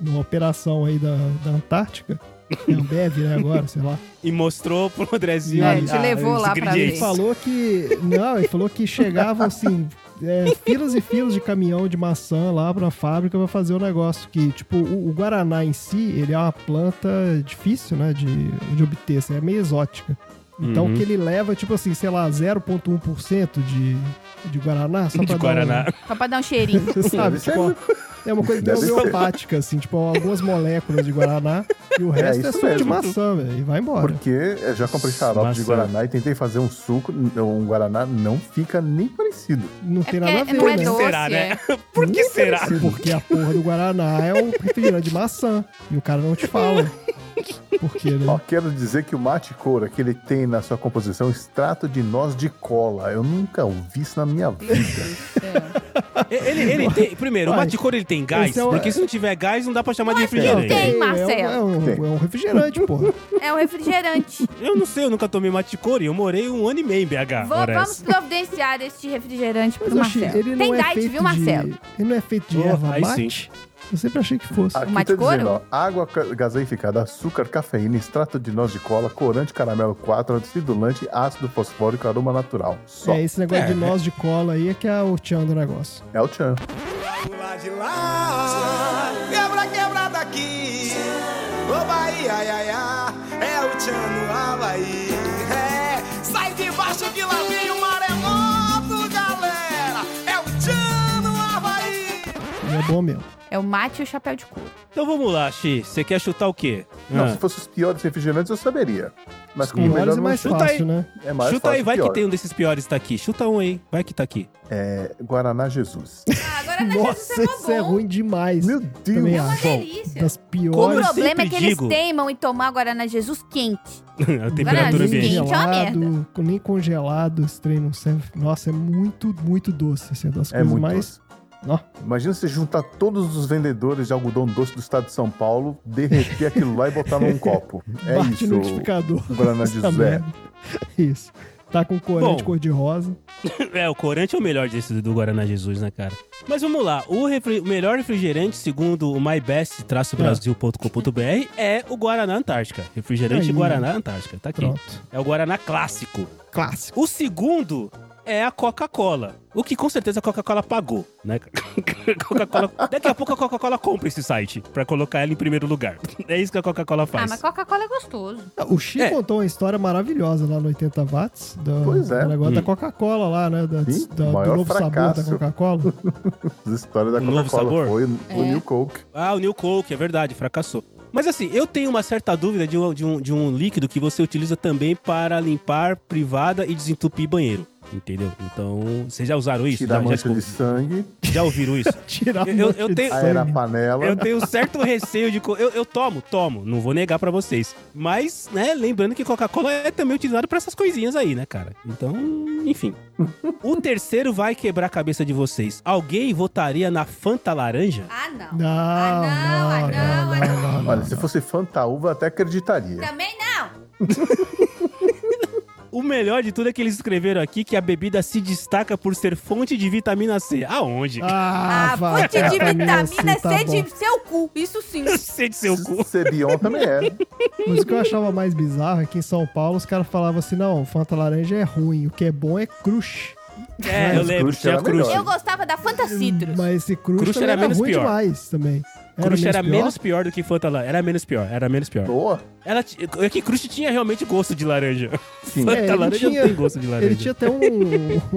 C: numa operação aí da, da Antártica. É Ambev, né, agora, sei lá.
A: E mostrou pro Andrezinho.
C: É,
A: a-
C: ele
B: te levou
A: os
B: lá pra ver.
A: ingredientes.
C: Ele falou que... Não, ele falou que chegavam, assim, é, filas e filas de caminhão de maçã lá pra fábrica pra fazer o negócio. Que, tipo, o, o Guaraná em si, ele é uma planta difícil, né, de, de obter, assim, é meio exótica. Então,
A: Uhum.
C: que ele leva, tipo assim, sei lá, 0,1% de, de Guaraná. Só
A: De
C: pra dar um-
A: Guaraná.
B: Só pra dar um cheirinho.
C: Você sabe,
D: Deve ser.
C: tipo, ó, é uma coisa meio
D: Deve ser.
C: homeopática, assim, tipo, algumas moléculas de Guaraná e o resto é,
D: isso
C: suco de
D: mesmo.
C: maçã, velho, e vai embora.
D: Porque eu já comprei xarope de
A: Maçã.
D: Guaraná e tentei fazer um suco, um Guaraná não fica nem parecido.
C: Não
B: É
C: tem nada a
B: porque
C: ver,
B: não é
C: né?
B: doce,
A: Será, né?
B: é.
A: Por que será?
C: Porque a porra do Guaraná é um refrigerante de maçã e o cara não te fala. Porque,
D: Ó,
C: né?
D: quero dizer que o mate couro que ele tem na sua composição é extrato de noz de cola. Eu nunca ouvi isso na minha vida.
A: Ele, ele tem. Primeiro, o
C: Vai.
A: mate de couro ele tem gás,
C: Esse é o-
A: porque se não tiver gás, não dá pra chamar de
B: não
A: refrigerante.
B: tem,
C: é um-
B: Marcelo.
C: É um, é um, refrigerante, porra.
B: É um refrigerante.
A: Eu não sei, eu nunca tomei mate de couro e eu morei um ano e meio em BH.
B: Vou- vamos
A: parece.
B: providenciar este refrigerante
C: Mas
B: pro
C: eu achei,
B: Marcelo.
C: ele não
B: Tem
C: é
B: diet,
C: feito
B: viu, Marcelo?
C: de... Ele não é feito de
A: Oh,
C: erva
A: aí
C: mate? Eu sempre achei que fosse.
D: Aqui
B: mate
D: tá dizendo, ó,
B: couro?
D: água ca- gaseificada, açúcar, cafeína, extrato de noz de cola, corante, caramelo 4, acidulante, ácido fosfórico, aroma natural. Só.
C: É,
D: É,
C: esse negócio
A: É.
C: de noz de cola aí é que é o tchan do negócio.
D: o tchan.
F: lá de lá. Quebra, quebra daqui. Ô Bahia, ai, ai, ai. É o Tchan no Havaí. É, sai de baixo que lá vem o maremoto, galera. É o Tchan no Havaí.
C: E é bom mesmo.
B: É o mate e o chapéu de couro.
A: Então vamos lá, Xi. Você quer chutar o quê?
D: Não,
C: É.
A: Ah.
D: se fossem os piores refrigerantes, eu saberia. Mas como
C: E
D: o
C: olha,
D: melhor
C: é
D: não
C: mais
D: chuta,
A: chuta aí.
C: fácil, né?
D: é mais
A: Chuta
D: fácil
A: aí, vai
D: pior.
A: que tem um desses piores que tá aqui. Chuta um aí, vai que tá aqui.
D: É, Guaraná Jesus.
B: Ah, agora na
C: Nossa, isso é ruim demais.
D: Meu
C: Também
D: Deus.
B: É uma
C: acho.
B: delícia.
C: Das
B: O
A: Como eu
C: piores.
B: problema é
A: sempre
B: que eles
A: digo-
B: teimam em tomar Guaraná Jesus quente.
A: A temperatura
B: Jesus,
A: ambiente.
B: gente, é uma
C: Congelado, Nem congelado, esse trem não serve. Nossa, é muito, muito doce. Assim, é das
D: É
C: coisas
D: muito
C: mais.
D: doce.
C: Ó.
D: Imagina você juntar todos os vendedores de algodão doce do estado de São Paulo, derreter aquilo lá e botar num copo. É
C: Bate
D: isso.
C: no liquidificador.
D: o Guaraná de
C: Essa
D: Zé.
C: merda. Isso. Tá com corante
A: Bom.
C: cor-de-rosa.
A: É, o corante é o melhor desse do Guaraná Jesus, né, cara? Mas vamos lá, o refri- o melhor refrigerante, segundo o É. mybest-brasil.com.br, é o Guaraná Antártica. Refrigerante
C: Aí.
A: Guaraná Antártica, tá aqui.
C: Pronto.
A: É o Guaraná clássico.
C: Clássico.
A: O segundo é a Coca-Cola. O que com certeza a Coca-Cola pagou, né? Coca-Cola. Daqui a pouco a Coca-Cola compra esse site pra colocar ela em primeiro lugar. É isso que a Coca-Cola
B: Ah,
A: faz.
B: mas Coca-Cola é gostoso.
C: Ah, O Chico
A: É.
C: contou uma história maravilhosa lá no 80 watts. Do,
D: Pois é.
C: do negócio da
A: Hum.
C: Coca-Cola lá, né? Da,
D: Sim,
C: da- do
D: maior
C: novo sabor da
D: fracasso.
C: Coca-Cola.
D: A história da
A: O Um novo sabor?
D: Coca-Cola foi o
B: É.
D: New Coke.
A: Ah, o New Coke, é verdade, fracassou. Mas assim, eu tenho uma certa dúvida de um, de um, de um líquido que você utiliza também para limpar privada e desentupir banheiro. Entendeu? Então, vocês já usaram isso?
D: Tirar
A: já, já
D: mancha de
A: escu-
D: sangue,
A: já ouviram isso?
C: Tirar
A: Eu- eu-
C: um monte
A: eu
C: de
A: tenho-
C: sangue.
D: aerar a panela.
A: Eu tenho certo receio de. co- Eu, eu tomo, tomo, não vou negar pra vocês. Mas, né, lembrando que Coca-Cola é também utilizado pra essas coisinhas aí, né, cara? Então, enfim. o terceiro vai quebrar a cabeça de vocês. Alguém votaria na Fanta Laranja?
B: Ah, não.
C: Não,
B: Ah,
C: não,
B: não, ah,
C: não, não, não, não.
D: Olha, se fosse fantaúva, eu até acreditaria.
B: Também não.
A: O melhor de tudo é que eles escreveram aqui que a bebida se destaca por ser fonte de vitamina C. Aonde?
C: Ah,
B: Ah, fonte de vitamina C,
C: tá
B: de
C: bom.
B: seu cu. Isso sim.
A: Eu sei de seu cu.
D: Cebion também é.
C: Mas o que eu achava mais bizarro é que em São Paulo os caras falavam assim: não, Fanta laranja é ruim, o que é bom é crush.
A: É, eu
D: Mas
A: lembro,
D: Crush
A: tinha
D: era
A: Crush.
D: melhor.
B: Eu gostava da Fanta Citrus.
C: Hum, Mas esse crush,
A: Crush
C: também
A: era
C: era,
A: menos
C: ruim
A: pior.
C: demais também.
A: Crush era
C: pior?
A: menos pior do que Fanta Laranja. Era menos pior, era menos pior.
D: Boa.
A: Ela t- é que Crush tinha realmente gosto de laranja.
D: Sim.
A: Fanta
C: É, ele
A: Laranja
C: tinha-
A: não tem gosto de laranja.
C: Ele tinha até um,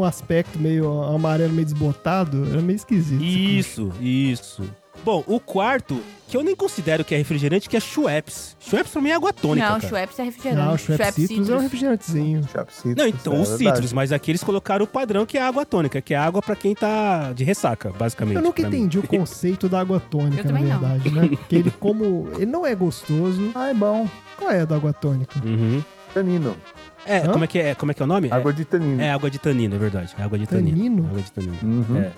C: um aspecto meio amarelo, meio desbotado. Era meio esquisito. esse
A: Isso, isso. Bom, o quarto, que eu nem considero que é refrigerante, que é Schweppes. Schweppes pra mim é água tônica,
B: Não,
A: cara.
B: Schweppes é refrigerante.
C: Não, o Schweppes Citrus é um refrigerantezinho.
D: Chapsito,
A: Não, então
D: é
A: os
D: verdade.
A: citros, mas aqui eles colocaram o padrão que é água tônica, que é água pra quem tá de ressaca, basicamente.
C: Eu nunca
A: pra mim.
C: entendi o conceito da água tônica,
B: Eu
C: na
B: também não.
C: verdade, né? Porque ele como. Ele não é gostoso.
D: Ah, é bom.
C: Qual é a da água tônica?
A: Uhum.
D: Tanino.
A: É,
C: Hã?
A: como é, que é, como é que é o nome?
D: Água de tanino.
A: É, é água de tanino, é verdade. É água de tanino.
C: Tanino?
A: Água de tanino.
D: Uhum.
A: É.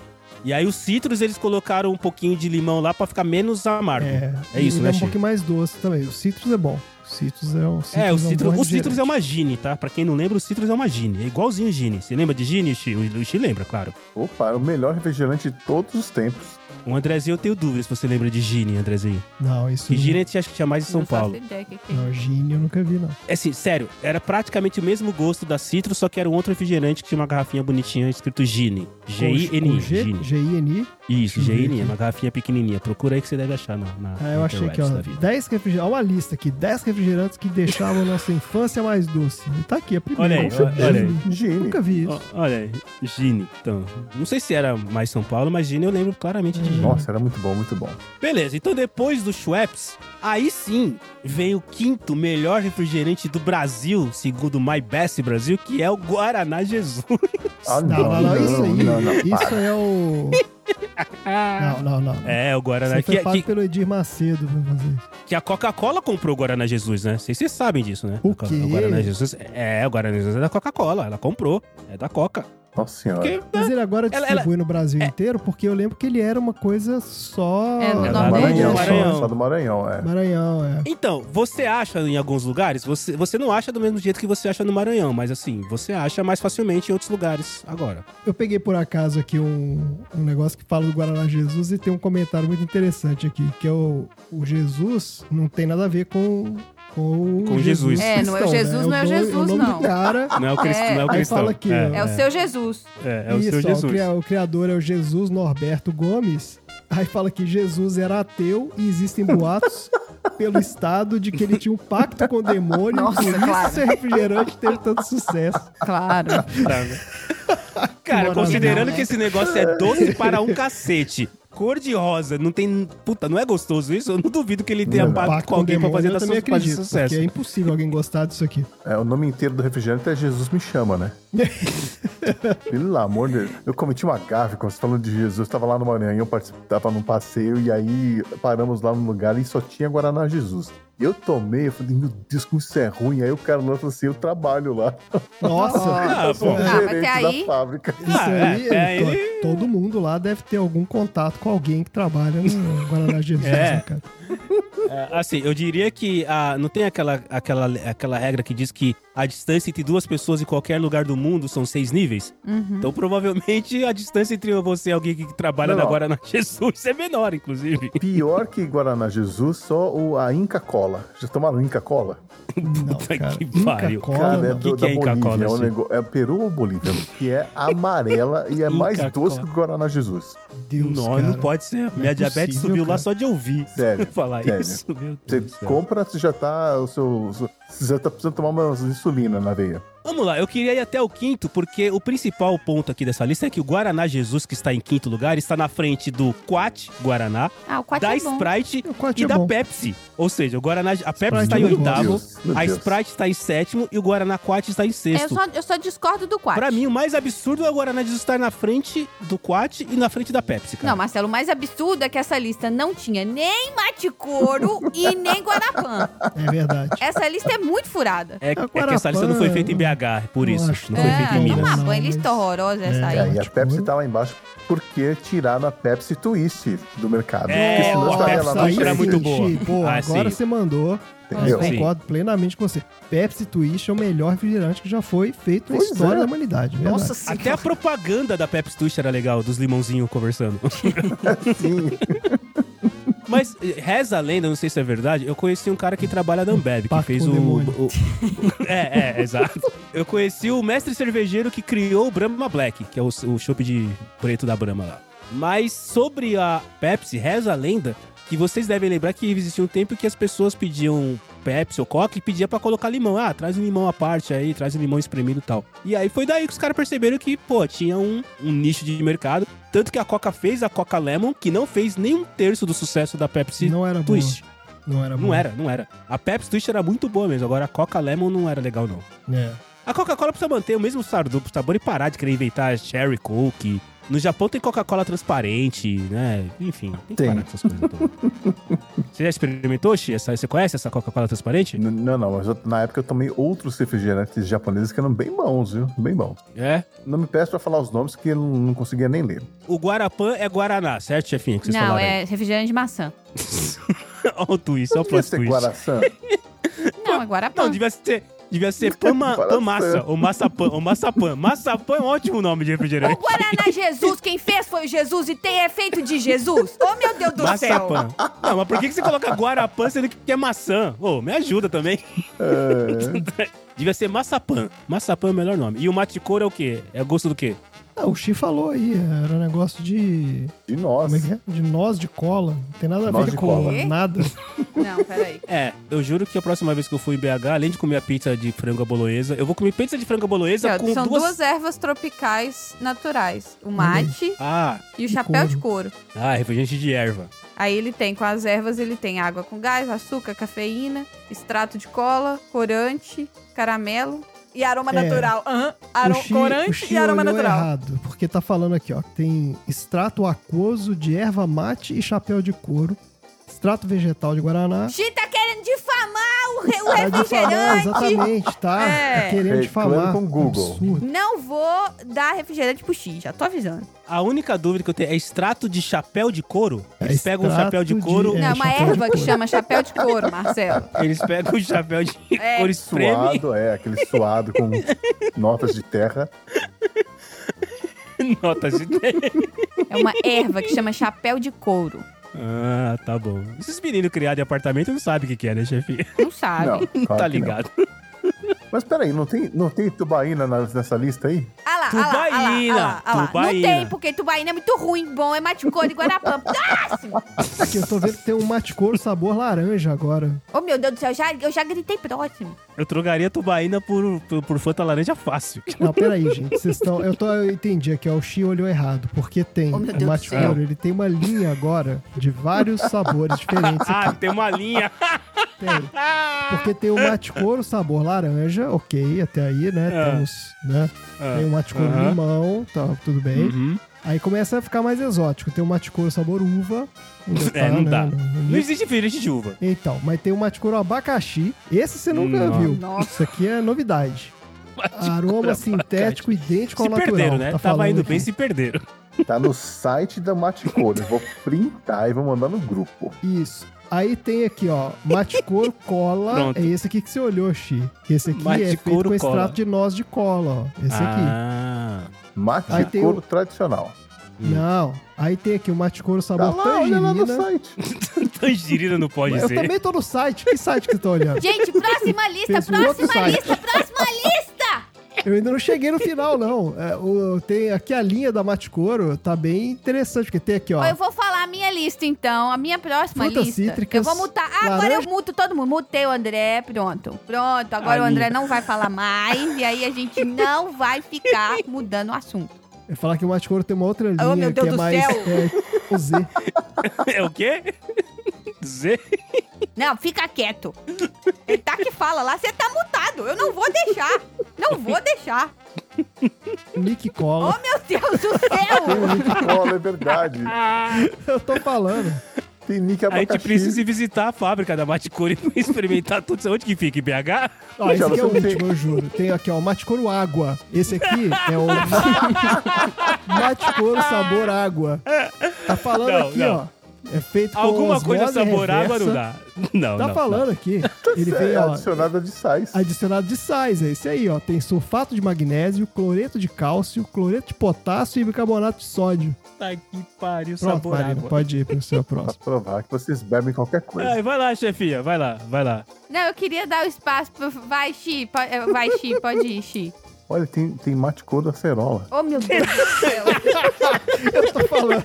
A: E aí os citros eles colocaram um pouquinho de limão lá pra ficar menos amargo. É, isso,
C: ele
A: né,
C: É um
A: Chico?
C: pouquinho mais doce também. O Citrus é bom. O Citrus é um.
A: É, o citro,
C: um bom
A: o citrus é
C: refrigerante.
A: uma gine, tá? Pra quem não lembra, o citrus é uma gine. É igualzinho gine. Você lembra de gine, Xi? O Xi lembra, claro.
D: Opa, é o melhor refrigerante de todos os tempos.
A: O Andrezinho eu tenho dúvidas se você lembra de gine, Andrezinho.
C: Não, isso.
A: Que gine a gente acha que tinha mais em São Paulo.
B: é.
C: Não, Gini eu nunca vi, não.
A: É assim, sério, era praticamente o mesmo gosto da Citrus, só que era um outro refrigerante que tinha uma garrafinha bonitinha escrito Gini.
C: Com- com
A: G-I-N-I.
C: G-
A: Gini.
C: G-I-N-I.
A: Isso,
C: Deixa eu ver
A: G-I-N-I.
C: aqui.
A: Uma garrafinha pequenininha. Procura aí que você deve achar na, na
C: né? Ah, eu achei
A: interwebs
C: que, ó,
A: da vida.
C: 10 refrigerantes. Olha uma lista aqui: 10 refrigerantes que deixavam nossa infância mais doce. E tá aqui, a primeira.
A: Olha aí,
C: Nossa,
A: ó, olha aí.
C: Gini.
D: Gine.
C: Nunca vi isso.
A: Ó, Olha aí, Gini. Então, não sei se era mais São Paulo, mas Gini eu lembro claramente
C: Hum.
A: de Gini.
D: Nossa, era muito bom, muito bom.
A: Beleza, então depois do Schweppes, aí sim vem o quinto melhor refrigerante do Brasil, segundo o My Best Brasil, que é o Guaraná Jesus.
D: Ah,
C: Não, não, não, isso aí.
D: não, não,
C: isso
D: para.
C: é o. Não, não, não.
A: É, o Guaraná.
C: Isso
A: Que,
C: foi pago
A: que,
C: pelo Edir Macedo pra fazer isso.
A: Que a Coca-Cola comprou o Guaraná Jesus, né? Vocês vocês sabem disso, né?
C: O
A: A Co-
C: quê?
A: O Guaraná Jesus. É, o Guaraná Jesus é da Coca-Cola. Ela comprou. É da Coca.
D: Nossa senhora.
A: Porque, né?
C: Mas ele agora
A: Ela- É.
C: distribui no Brasil inteiro, porque eu lembro que ele era uma coisa só.
B: É, no
D: É do
B: Nordeste.
D: Maranhão,
A: Maranhão.
D: Só, só do Maranhão, é.
C: Maranhão, é.
A: Então, você acha em alguns lugares, você, você não acha do mesmo jeito que você acha no Maranhão, mas assim, você acha mais facilmente em outros lugares agora.
C: Eu peguei por acaso aqui um, um negócio que fala do Guaraná Jesus e tem um comentário muito interessante aqui, que é o, o Jesus não tem nada a ver com, com o.
A: Com Jesus.
B: É, não é o Jesus,
C: cristão, né?
B: não é o
C: nome-
B: Jesus,
C: nome do
B: não.
C: cara.
A: Não é o, crist...
B: É,
A: não é o
C: Ah, aí
A: cristão.
C: fala aqui,
A: é,
B: É o seu Jesus.
A: é, é o
C: Isso,
A: seu
C: ó,
A: Jesus.
C: O, cria- o criador é o Jesus Norberto Gomes. Aí fala que Jesus era ateu e existem boatos pelo estado de que ele tinha um pacto com o demônio.
B: Nossa,
C: por isso
B: claro.
C: seu refrigerante teve tanto sucesso.
B: Claro.
A: Tá, né? Cara,
C: Moral,
A: considerando
B: não, né?
A: que esse negócio é doce para um cacete. Cor de rosa, não tem. Puta, não é gostoso isso? Eu não duvido que ele tenha
D: Não,
A: pago com alguém pra
C: demônio,
A: fazer
C: eu
A: da sua
C: também
A: fazer
C: acredito,
A: sucesso.
C: Porque é impossível alguém gostar disso aqui.
D: É, O nome inteiro do refrigerante é Jesus Me Chama, né? Pelo amor de Deus. Eu cometi uma gafe quando você falou de Jesus. Tava lá no Maranhão, participava num passeio e aí paramos lá num lugar e só tinha Guaraná Jesus. Eu tomei, eu falei, meu Deus, como isso é ruim. Aí o cara lá falou assim, eu trabalho lá.
C: Nossa!
A: Ah,
D: eu sou
A: bom.
D: o
B: Ah, mas
D: gerente
B: até aí-
D: da fábrica.
C: Isso
A: Ah, é,
C: aí,
A: é,
C: to-
A: ele-
C: todo mundo lá deve ter algum contato com alguém que trabalha no Guaraná Jesus,
A: É.
C: né, cara?
A: É, assim, eu diria que ah, não tem aquela, aquela, aquela regra que diz que a distância entre duas pessoas em qualquer lugar do mundo são seis níveis? Então, provavelmente, a distância entre você e alguém que trabalha
D: Não,
A: na
D: não.
A: Guaraná Jesus é menor, inclusive.
D: Pior que Guaraná Jesus, só o, a Inca Cola. Já tomaram Inca Cola?
C: Não,
A: Puta
C: cara.
A: que
C: Inca
A: pariu.
C: Cola,
D: Cara,
A: O
D: é
C: não.
A: que
D: do,
A: que
D: da
A: é Inca Cola,
D: Bolívia. É, um
A: assim?
D: negócio- é Peru ou Bolívia? Que é amarela e é mais
A: Inca
D: doce
A: Cola.
D: que o Guaraná Jesus.
C: Deus,
A: não,
C: cara.
A: não pode ser. Minha
C: é
A: diabetes
C: possível,
A: subiu lá
C: cara.
A: só de ouvir
D: Sério,
A: falar
D: sério.
A: isso, meu
D: Você
A: Deus. do céu.
D: compra, você já tá. O seu, você já tá precisando tomar uma insulina na veia.
A: Vamos lá, eu queria ir até o quinto, porque o principal ponto aqui dessa lista é que o Guaraná Jesus, que está em quinto lugar, está na frente do Quat Guaraná,
B: Ah, o quarto
A: da
B: é bom.
A: Sprite
C: O Quat
A: e
C: é
A: da
C: bom.
A: Pepsi. Ou seja, o Guaraná, a Pepsi está em
C: é bom.
A: oitavo,
D: Deus, meu
A: a
D: Deus.
A: Sprite está em sétimo e o Guaraná Quat está em
B: É, Eu
A: sexto.
B: só, eu só discordo do quarto.
A: Pra mim, o mais absurdo é o Guaraná Jesus estar na frente do Quat e na frente da Pepsi, cara.
B: Não, Marcelo, o mais absurdo é que essa lista não tinha nem Maticoro e nem Guarapã.
C: É verdade.
B: Essa lista é muito furada.
A: É, é que essa
C: Guarapã,
A: lista não foi feita em BH, por
C: eu
A: isso.
C: acho
A: Não
C: que
A: foi
C: é.
A: feita em
B: é,
A: Minas.
B: uma
C: Não,
B: boa
C: mas-
B: lista horrorosa essa
C: É,
B: aí.
D: É, e a
C: ótimo.
D: Pepsi tá lá embaixo porque tiraram a Pepsi Twist do mercado.
A: É,
D: porque
A: pô,
D: senão
A: a
D: estaria
A: Pepsi não
D: lá na
A: Twist era
D: frente.
A: muito boa.
C: Chi, Pô,
A: Ah,
C: agora
A: sim.
C: você mandou.
D: Entendeu?
C: Eu
A: Sim.
C: concordo plenamente com você. Pepsi Twist é o melhor refrigerante que já foi feito na
D: Pois
C: história
D: é.
C: da humanidade.
B: Nossa
C: Nossa
A: Até a
B: senhora.
A: propaganda da Pepsi Twist era legal, dos limãozinhos conversando.
D: Sim.
A: Mas eh, reza a lenda, não sei se é verdade, eu conheci um cara que trabalha na Ambev, que
C: Pacto
A: fez
C: com
A: o...
C: o demônio.
A: o- é, é, exato. Eu conheci o mestre cervejeiro que criou o Brahma Black, que é o, o chopp de preto da Brahma lá. Mas sobre a Pepsi, reza a lenda que vocês devem lembrar que existia um tempo que as pessoas pediam Pepsi ou Coca e pedia pra colocar limão. Ah, traz um limão à parte aí, traz um limão espremido e tal. E aí foi daí que os caras perceberam que, pô, tinha um, um nicho de mercado. Tanto que a Coca fez a Coca Lemon, que não fez nem um terço do sucesso da Pepsi
C: Não era boa.
A: Twist.
C: Não era
A: Não
C: boa.
A: era, não era. A Pepsi Twist era muito boa mesmo, agora a Coca Lemon não era legal não.
C: É.
A: A Coca-Cola precisa manter o mesmo sardu- sabor e parar de querer inventar cherry coke. No Japão tem Coca-Cola transparente, né? Enfim, tem que
D: Tem.
A: parar com essas coisas todas. você já experimentou, Xi? Essa, você conhece essa Coca-Cola transparente?
D: N- Não, não, mas eu- na época eu tomei outros refrigerantes japoneses que eram bem bons, viu? Bem bons.
A: É.
D: Não me peço pra falar os nomes que eu não, não conseguia nem ler.
A: O Guarapã é Guaraná, certo, chefinho? Que vocês
B: Não,
A: falaram
B: é refrigerante de maçã.
A: aí. Olha o twist, olha o
D: Não devia
A: plot
D: ser
A: twist.
D: Guaraçã.
B: Não, é Guarapã.
A: Não, devia ser... Devia ser Pama,
D: Guaraçã.
A: Pamassa, ou Maçapã, ou Maçapã. Maçapã é um ótimo nome de
B: O
A: refrigerante.
B: Guaraná Jesus, quem fez foi o Jesus e tem efeito de Jesus. Ô, meu Deus do céu.
A: Maçapã. Não, mas por que que você coloca Guarapã sendo que é maçã? Ô, me ajuda também.
D: É.
A: Devia ser maçapã. Maçapã é o melhor nome. E o mate cor é o quê? É gosto do quê?
C: Ah, o Xi falou aí, era um negócio de.
D: De
C: Como é
D: nós.
C: que é? De noz de cola. Não tem nada a
D: Noz
C: ver
D: de
C: com
D: cola.
C: nada.
B: Não, peraí.
A: É, eu juro que a próxima vez que eu for em BH, além de comer a pizza de frango à bolonhesa, eu vou comer pizza de frango à bolonhesa com
G: São
A: duas...
G: duas... ervas tropicais naturais. O mate
A: Ah,
G: e o
C: Que
G: chapéu
C: couro.
G: de couro.
A: ah, refrigerante de erva.
G: Aí ele tem, com as ervas, ele tem água com gás, açúcar, cafeína, extrato de cola, corante, caramelo e aroma
C: É.
G: natural. Aham, aro-
C: O Xi- o
G: corante
C: Xi
G: e aroma
C: olhou
G: natural.
C: errado, porque tá falando aqui, ó. que Tem extrato aquoso de erva mate e chapéu de couro. Extrato vegetal de guaraná.
B: Xi tá querendo difamar o, re- o
C: Tá difamando,
B: É refrigerante.
C: exatamente, tá?
G: É.
C: Tá querendo
D: Reclame
C: difamar.
D: com o Google.
C: Absurdo.
B: Não vou dar refrigerante pro Xi, já tô avisando.
A: A única dúvida que eu tenho é extrato de chapéu de couro?
C: É
A: Eles pegam um
C: extrato
A: chapéu de
C: de-
A: couro,
G: Não, é uma
C: chapéu de
G: erva que
C: couro.
G: chama chapéu de couro, Marcelo.
A: eles pegam o chapéu de
G: É.
A: couro espreme.
D: Suado, é, aquele suado com notas de terra.
A: Notas de...
G: É uma erva que chama chapéu de couro.
A: ah, tá bom. Esses meninos criados em apartamento não sabem o que que é, né, chefinho?
G: Não sabe.
D: Não, claro
A: tá
D: que não.
A: ligado.
D: Mas peraí, não tem, não tem tubaína na- nessa lista aí?
B: Ah lá, ah lá, ah lá, ah lá, ah lá.
A: Tubaína.
B: Não tem, porque tubaína é muito ruim. Bom, é maticô de Guarapã. Próximo!
C: Aqui, eu tô vendo que tem um mate couro sabor laranja agora.
B: Ô, Oh, meu Deus do céu, já, eu já gritei próximo.
A: Eu trocaria tubaína por, por, por Fanta laranja fácil.
C: Não, peraí, gente. Vocês estão. Eu, tô- eu entendi aqui, ó. O Xi olhou errado. Porque tem.
B: Oh, meu Deus
C: o
B: do
C: mate
B: céu.
C: couro, ele tem uma linha agora de vários sabores diferentes aqui.
A: Ah, tem uma linha.
C: Tem. Porque tem o mate couro sabor laranja, ok, até aí, né?
A: É.
C: Temos, né? Tem o mate couro
A: Ah. Aham.
C: limão, tá, tudo
A: Uhum.
C: bem. Aí começa a ficar mais exótico. Tem o mate couro sabor uva. ainda
A: É,
C: tá,
A: não
C: né,
A: dá.
C: no- no
A: Não
C: nível.
A: existe filete de uva.
C: Então, mas tem o mate couro abacaxi. Esse você nunca
A: Nossa.
C: viu. Isso aqui é novidade. Aroma sintético idêntico
A: Se
C: ao natural.
A: perderam, né?
C: tá
A: Tava
C: falando
A: indo
C: aqui.
A: bem, se perderam.
D: Tá no site da Maticor. Eu vou printar e vou mandar no grupo.
C: Isso. Aí tem aqui, ó, mate couro cola.
A: Pronto.
C: É esse aqui que você olhou, Xi. Esse aqui
A: Mate
C: é feito
A: couro
C: com
A: cola.
C: extrato de noz de cola, ó. Esse aqui.
A: Ah,
C: Aí tem
D: Maticor
C: o-
D: tradicional.
C: Não. Aí tem aqui o mate couro
D: Tá
C: sabor
D: lá, olha lá no
C: tangerina.
D: site.
A: tangerina não pode
C: Eu
A: ser.
C: também tô no site. Que site que você tá olhando?
B: Gente, próxima lista,
C: Fez um outro
B: próxima
C: site.
B: lista, próxima lista!
C: Eu ainda não cheguei no final, não. É, o- tem aqui a linha da mate couro. Tá bem interessante, porque tem aqui, ó.
B: Ó, Eu vou falar a minha lista, então. A minha próxima
C: Frutas
B: lista. eu
C: cítricas,
B: vou mutar. Ah, agora eu
C: laranja.
B: muto todo mundo. Mutei o André, pronto. Pronto, agora o
A: Aí.
B: André não vai falar mais. E aí a gente não vai ficar mudando o assunto.
C: Eu ia É falar que o mate couro tem uma outra linha
B: meu Deus
C: que é
B: do
C: mais...
B: céu!
C: É, o Z.
A: É o quê?
C: É
A: Z?
B: Não, fica quieto. Ele tá que fala lá, você tá mutado. Eu não vou deixar. Não vou deixar.
C: Nick
B: Oh,
C: cola.
B: meu Deus do céu!
D: Tem nick cola, é verdade.
C: Eu tô falando.
D: Tem nick
A: A gente
D: abacaxi.
A: precisa ir visitar a fábrica da Maticuri e experimentar tudo. Sabe Onde que fica? Em BH?
C: Ó, esse
D: Michel,
C: aqui é o
D: você não tem-
C: último, eu juro. Tem aqui, ó, o mate couro água. Esse aqui é o mate couro sabor água. Tá falando
A: Não,
C: aqui,
A: não.
C: ó. É feito com
A: Alguma coisa
C: osmose
A: sabor água
C: reversa.
A: não dá. Não,
C: Tá
A: não,
C: falando aqui. Ele
D: É
C: vem, ó,
D: adicionada de sais.
C: adicionado de sais, é esse aí, ó. Tem sulfato de magnésio, cloreto de cálcio, cloreto de potássio e bicarbonato de sódio.
A: não. Tá que pariu,
C: Pronto,
A: sabor
C: Marina,
A: água.
C: pode ir pro seu
D: Pra
C: próximo.
D: provar que vocês bebem qualquer coisa.
A: Ai, vai lá, chefinha. Vai lá, vai lá.
G: Não, eu queria dar o espaço pro... Vai, Xi. po- eh, Vai, Xi. Pode ir, Xi.
D: Olha, tem, tem mate cor da acerola.
B: Oh, meu Deus do céu.
C: Eu tô falando.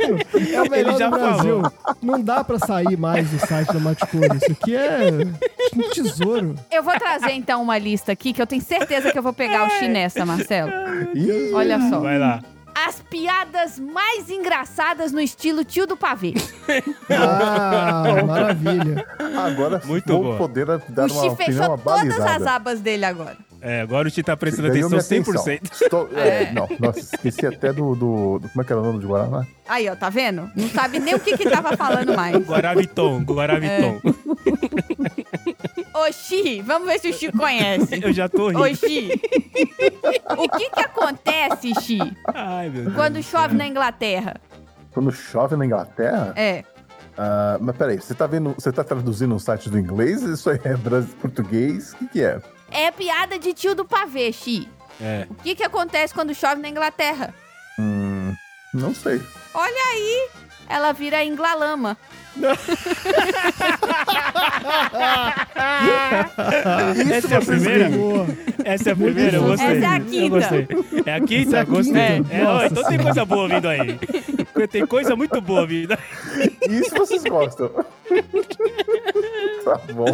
C: É o melhor
A: Ele já
C: do Brasil. Não dá pra sair mais do site da Maticura. Isso aqui é um tesouro.
G: Eu vou trazer então uma lista aqui que eu tenho certeza que eu vou pegar o chinesa, Marcelo.
D: Ih,
G: Olha só.
A: Vai lá.
B: As piadas mais engraçadas no estilo tio do pavê.
C: Ah, maravilha.
D: agora
A: Muito
D: vou
A: boa.
D: poder
G: O
D: dar uma
G: Xi
D: opinião
G: fechou todas as
D: abalizada.
G: abas dele agora.
A: É, agora o Ti tá prestando
D: Ganhou
A: atenção
D: minha
A: 100%.
D: Estou- é, Não, nossa, esqueci até do, do, do- Como é que era o nome de Guaraná?
G: Aí, ó, tá vendo? Não sabe nem o que que tava falando mais.
A: Guaraviton, Guaraviton.
G: Ô, Xi, vamos ver se o Xi
B: É.
G: conhece.
A: Eu já tô
G: Ô,
A: rindo.
G: Xi, o que que acontece, Xi,
A: Ai, meu Deus.
G: quando chove na Inglaterra?
D: Quando chove na Inglaterra?
G: É,
D: Ah, mas peraí, você tá vendo. Você tá traduzindo um site do inglês? Isso aí é bras- português? O que, que é?
B: É piada de tio do pavê, Xi.
A: É.
B: O que, que acontece quando chove na Inglaterra?
D: Hum, não sei.
B: Olha aí! Ela vira inglalama.
A: Essa é a primeira?
C: Boa.
A: Essa é a primeira? Eu
C: bom.
A: gostei.
G: Essa é a
A: Eu
G: quinta.
A: gostei. É a quinta?
C: é a
A: gostei.
C: quinta.
A: É, ó,
C: Nossa
A: então tem
C: Senhora.
A: coisa boa vindo aí. Tem coisa muito boa vindo aí.
D: Isso vocês gostam. tá bom.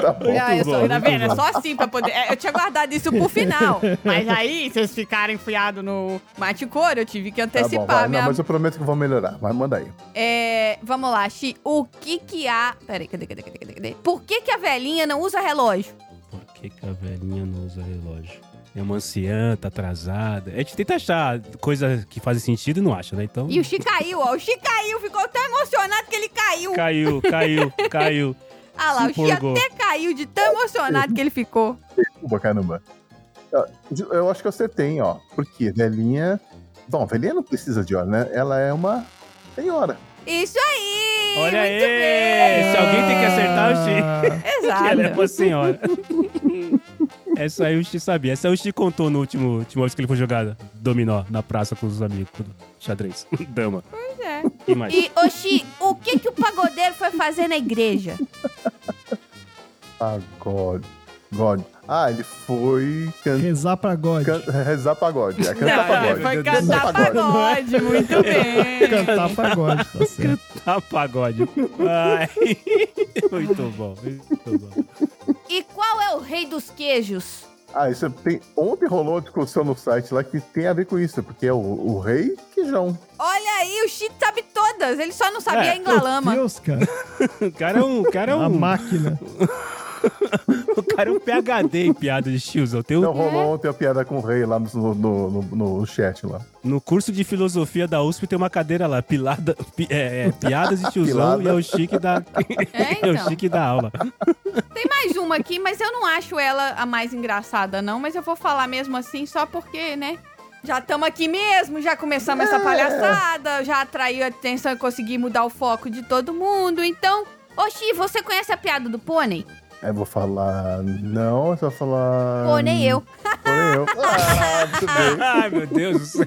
D: Tá bom.
G: ah, eu só,
A: bom,
G: tá
A: muito
G: vendo? É só assim pra poder. é, eu tinha guardado isso pro final. Mas aí, vocês ficaram enfiados no mate cor, eu tive que
D: Tá
G: antecipar
D: bom, vai.
G: minha
D: Não, mas eu prometo que vou melhorar. Mas manda aí.
B: É, vamos lá, Xi. O que que há... Peraí, cadê, cadê, cadê, cadê, cadê? Por que que a velhinha não usa relógio?
A: Por que, que a velhinha não usa relógio? É uma anciã, tá atrasada. A gente tenta achar coisas que fazem sentido e não acha, né? Então.
B: E o Xi caiu, ó. O Xi caiu, ficou tão emocionado que ele caiu.
A: Caiu, caiu, caiu.
B: Ah lá,
A: se
B: o Xi
A: empolgou.
B: até caiu de tão emocionado que ele ficou.
D: Desculpa, caramba. Ah, Eu acho que eu acertei, hein, ó. Porque velhinha. Bom, velhinha não precisa de hora, né? Ela é uma senhora.
B: Isso aí!
A: Olha
B: muito
A: aí! Se alguém tem que acertar, o Xi.
G: mão.
A: Ela é
G: Exato.
A: uma senhora. Essa aí o Xi sabia. Essa aí o Xi contou no último, último vez que ele foi jogar dominó na praça com os amigos. com Xadrez. Dama. Pois
G: é.
A: E mais?
B: E, Oxi, o que que o pagodeiro foi fazer na igreja?
D: Ah, God. God. Ah, ele foi can...
C: Ah, Rezar pra God.
D: can- rezar pagode. É
G: Não,
D: cantar pagode.
G: não, foi
A: Deus do céu.
G: cantar pagode, muito bem.
C: Cantar pra God, tá certo.
A: Tá pagode. Ai. Muito bom. Muito bom.
B: E qual é o rei dos queijos?
D: Ah, isso tem... ontem rolou uma discussão no site lá que tem a ver com isso, porque é o, o rei queijão.
B: Olha aí, o Xi sabe todas, ele só não sabia
A: É,
B: a inglalama.
C: Meu Deus, cara.
A: O cara é um, o cara é
C: A
A: um,
C: máquina.
A: o cara é um PHD em piada de tiozão. Tem
G: É.
D: Então
A: um,
D: rolou ontem a piada com o rei lá no, no, no, no chat lá.
A: no curso de filosofia da USP tem uma cadeira lá, pilada, pi- é, é, piadas de tiozão
D: Pilada.
A: e é o chique da,
G: É,
A: é o
G: então.
A: chique da aula.
G: Tem mais uma aqui, mas eu não acho ela a mais engraçada, não. Mas eu vou falar mesmo assim, só porque, né? Já estamos aqui mesmo, já começamos essa palhaçada, já atraiu a atenção e consegui mudar o foco de todo mundo. Então,
B: Oxi, você conhece a piada do pônei?
D: Aí eu É, vou falar. Não, eu só vou falar.
B: Pônei eu.
D: Pônei eu. Ah, muito bem.
A: Ai, meu Deus do céu.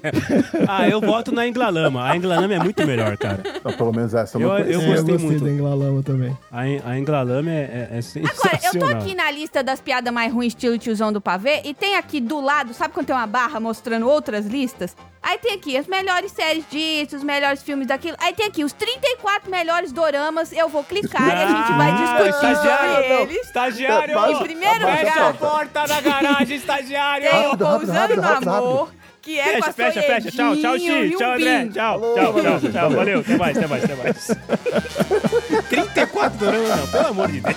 A: Ah, eu voto na Inglalama. A Inglalama é muito melhor, cara.
D: Não, pelo menos essa eu
A: Eu-
D: não
A: eu
C: É,
D: conhecia.
C: eu
A: gostei
C: gostei
A: muito.
C: da Inglalama também.
A: A, In- a Inglalama é, é, é sensacional.
B: Agora, eu tô aqui na lista das piadas mais ruins, estilo tiozão do pavê, e tem aqui do lado, sabe quando tem uma barra mostrando outras listas? Aí tem aqui as melhores séries disso, os melhores filmes daquilo. Aí tem aqui os 34 melhores doramas. Eu vou clicar e a gente vai
A: Ah,
B: discutir sobre
A: estagiário,
B: eles.
A: Estagiário!
D: Abaixa-
G: Em primeiro
D: abaixa a
G: lugar,
D: porta.
A: porta da garagem, estagiário!
G: tem o
B: um
D: Rápido, rápido,
G: Pousando
D: rápido,
G: no
D: rápido,
G: Amor, que é com
A: Fecha,
G: a
A: fecha, fecha. Tchau, tchau,
G: Soiedinho e
A: Xi.
G: um
A: Tchau, André.
G: Bim.
A: Tchau,
D: Alô,
A: tchau,
D: valeu,
A: tchau,
D: gente,
A: tchau.
D: valeu.
A: Valeu, até mais, até mais, até mais. 34 doramas, não, pelo amor de Deus.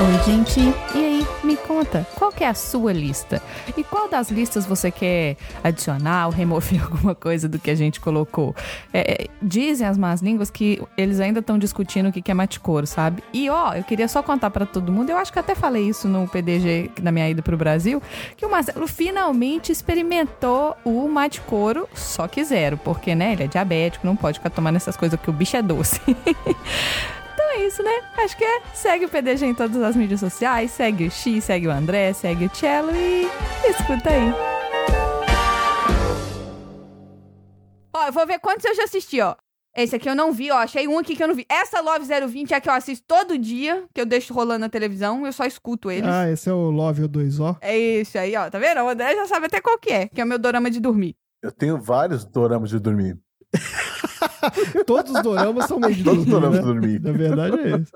H: Oi, gente. E aí, me conta, qual que é a sua lista? E qual das listas você quer adicionar ou remover alguma coisa do que a gente colocou? É, é, dizem as más línguas que eles ainda estão discutindo o que que é maticouro, sabe? E ó, eu queria só contar pra todo mundo, eu acho que até falei isso no PDG na minha ida pro Brasil, que o Marcelo finalmente experimentou o mate couro, só que zero, porque né, ele é diabético, não pode ficar tomando essas coisas porque o bicho é doce. Então é isso, né? Acho que é. Segue o PDG em todas as mídias sociais, segue o X, segue o André, segue o Cello e escuta aí.
G: Ó,
B: eu vou ver quantos eu já assisti, ó. Esse aqui eu não vi, ó. Achei um aqui que eu não vi. Essa Love 020 é a que eu assisto todo dia, que eu deixo rolando na televisão, eu só escuto eles.
C: Ah, esse é o Love o 2O.
B: É isso aí, ó. Tá vendo? O André já sabe até qual que é, que é o meu dorama de dormir.
D: Eu tenho vários doramas de dormir.
C: Todos os doramas são meio de
D: Todos os doramas
C: dormir,
D: de
C: né?
D: dormir.
C: Na verdade é isso.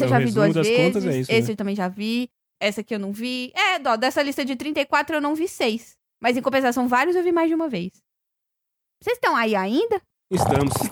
A: No
B: eu já vi
A: resumo
B: duas
A: das
B: vezes.
A: contas, é isso,
B: esse
A: né?
B: eu também já vi. Essa aqui eu não vi. É, dó, dessa lista de 34 eu não vi seis. Mas em compensação, vários eu vi mais de uma vez. Vocês estão aí ainda?
A: Estamos.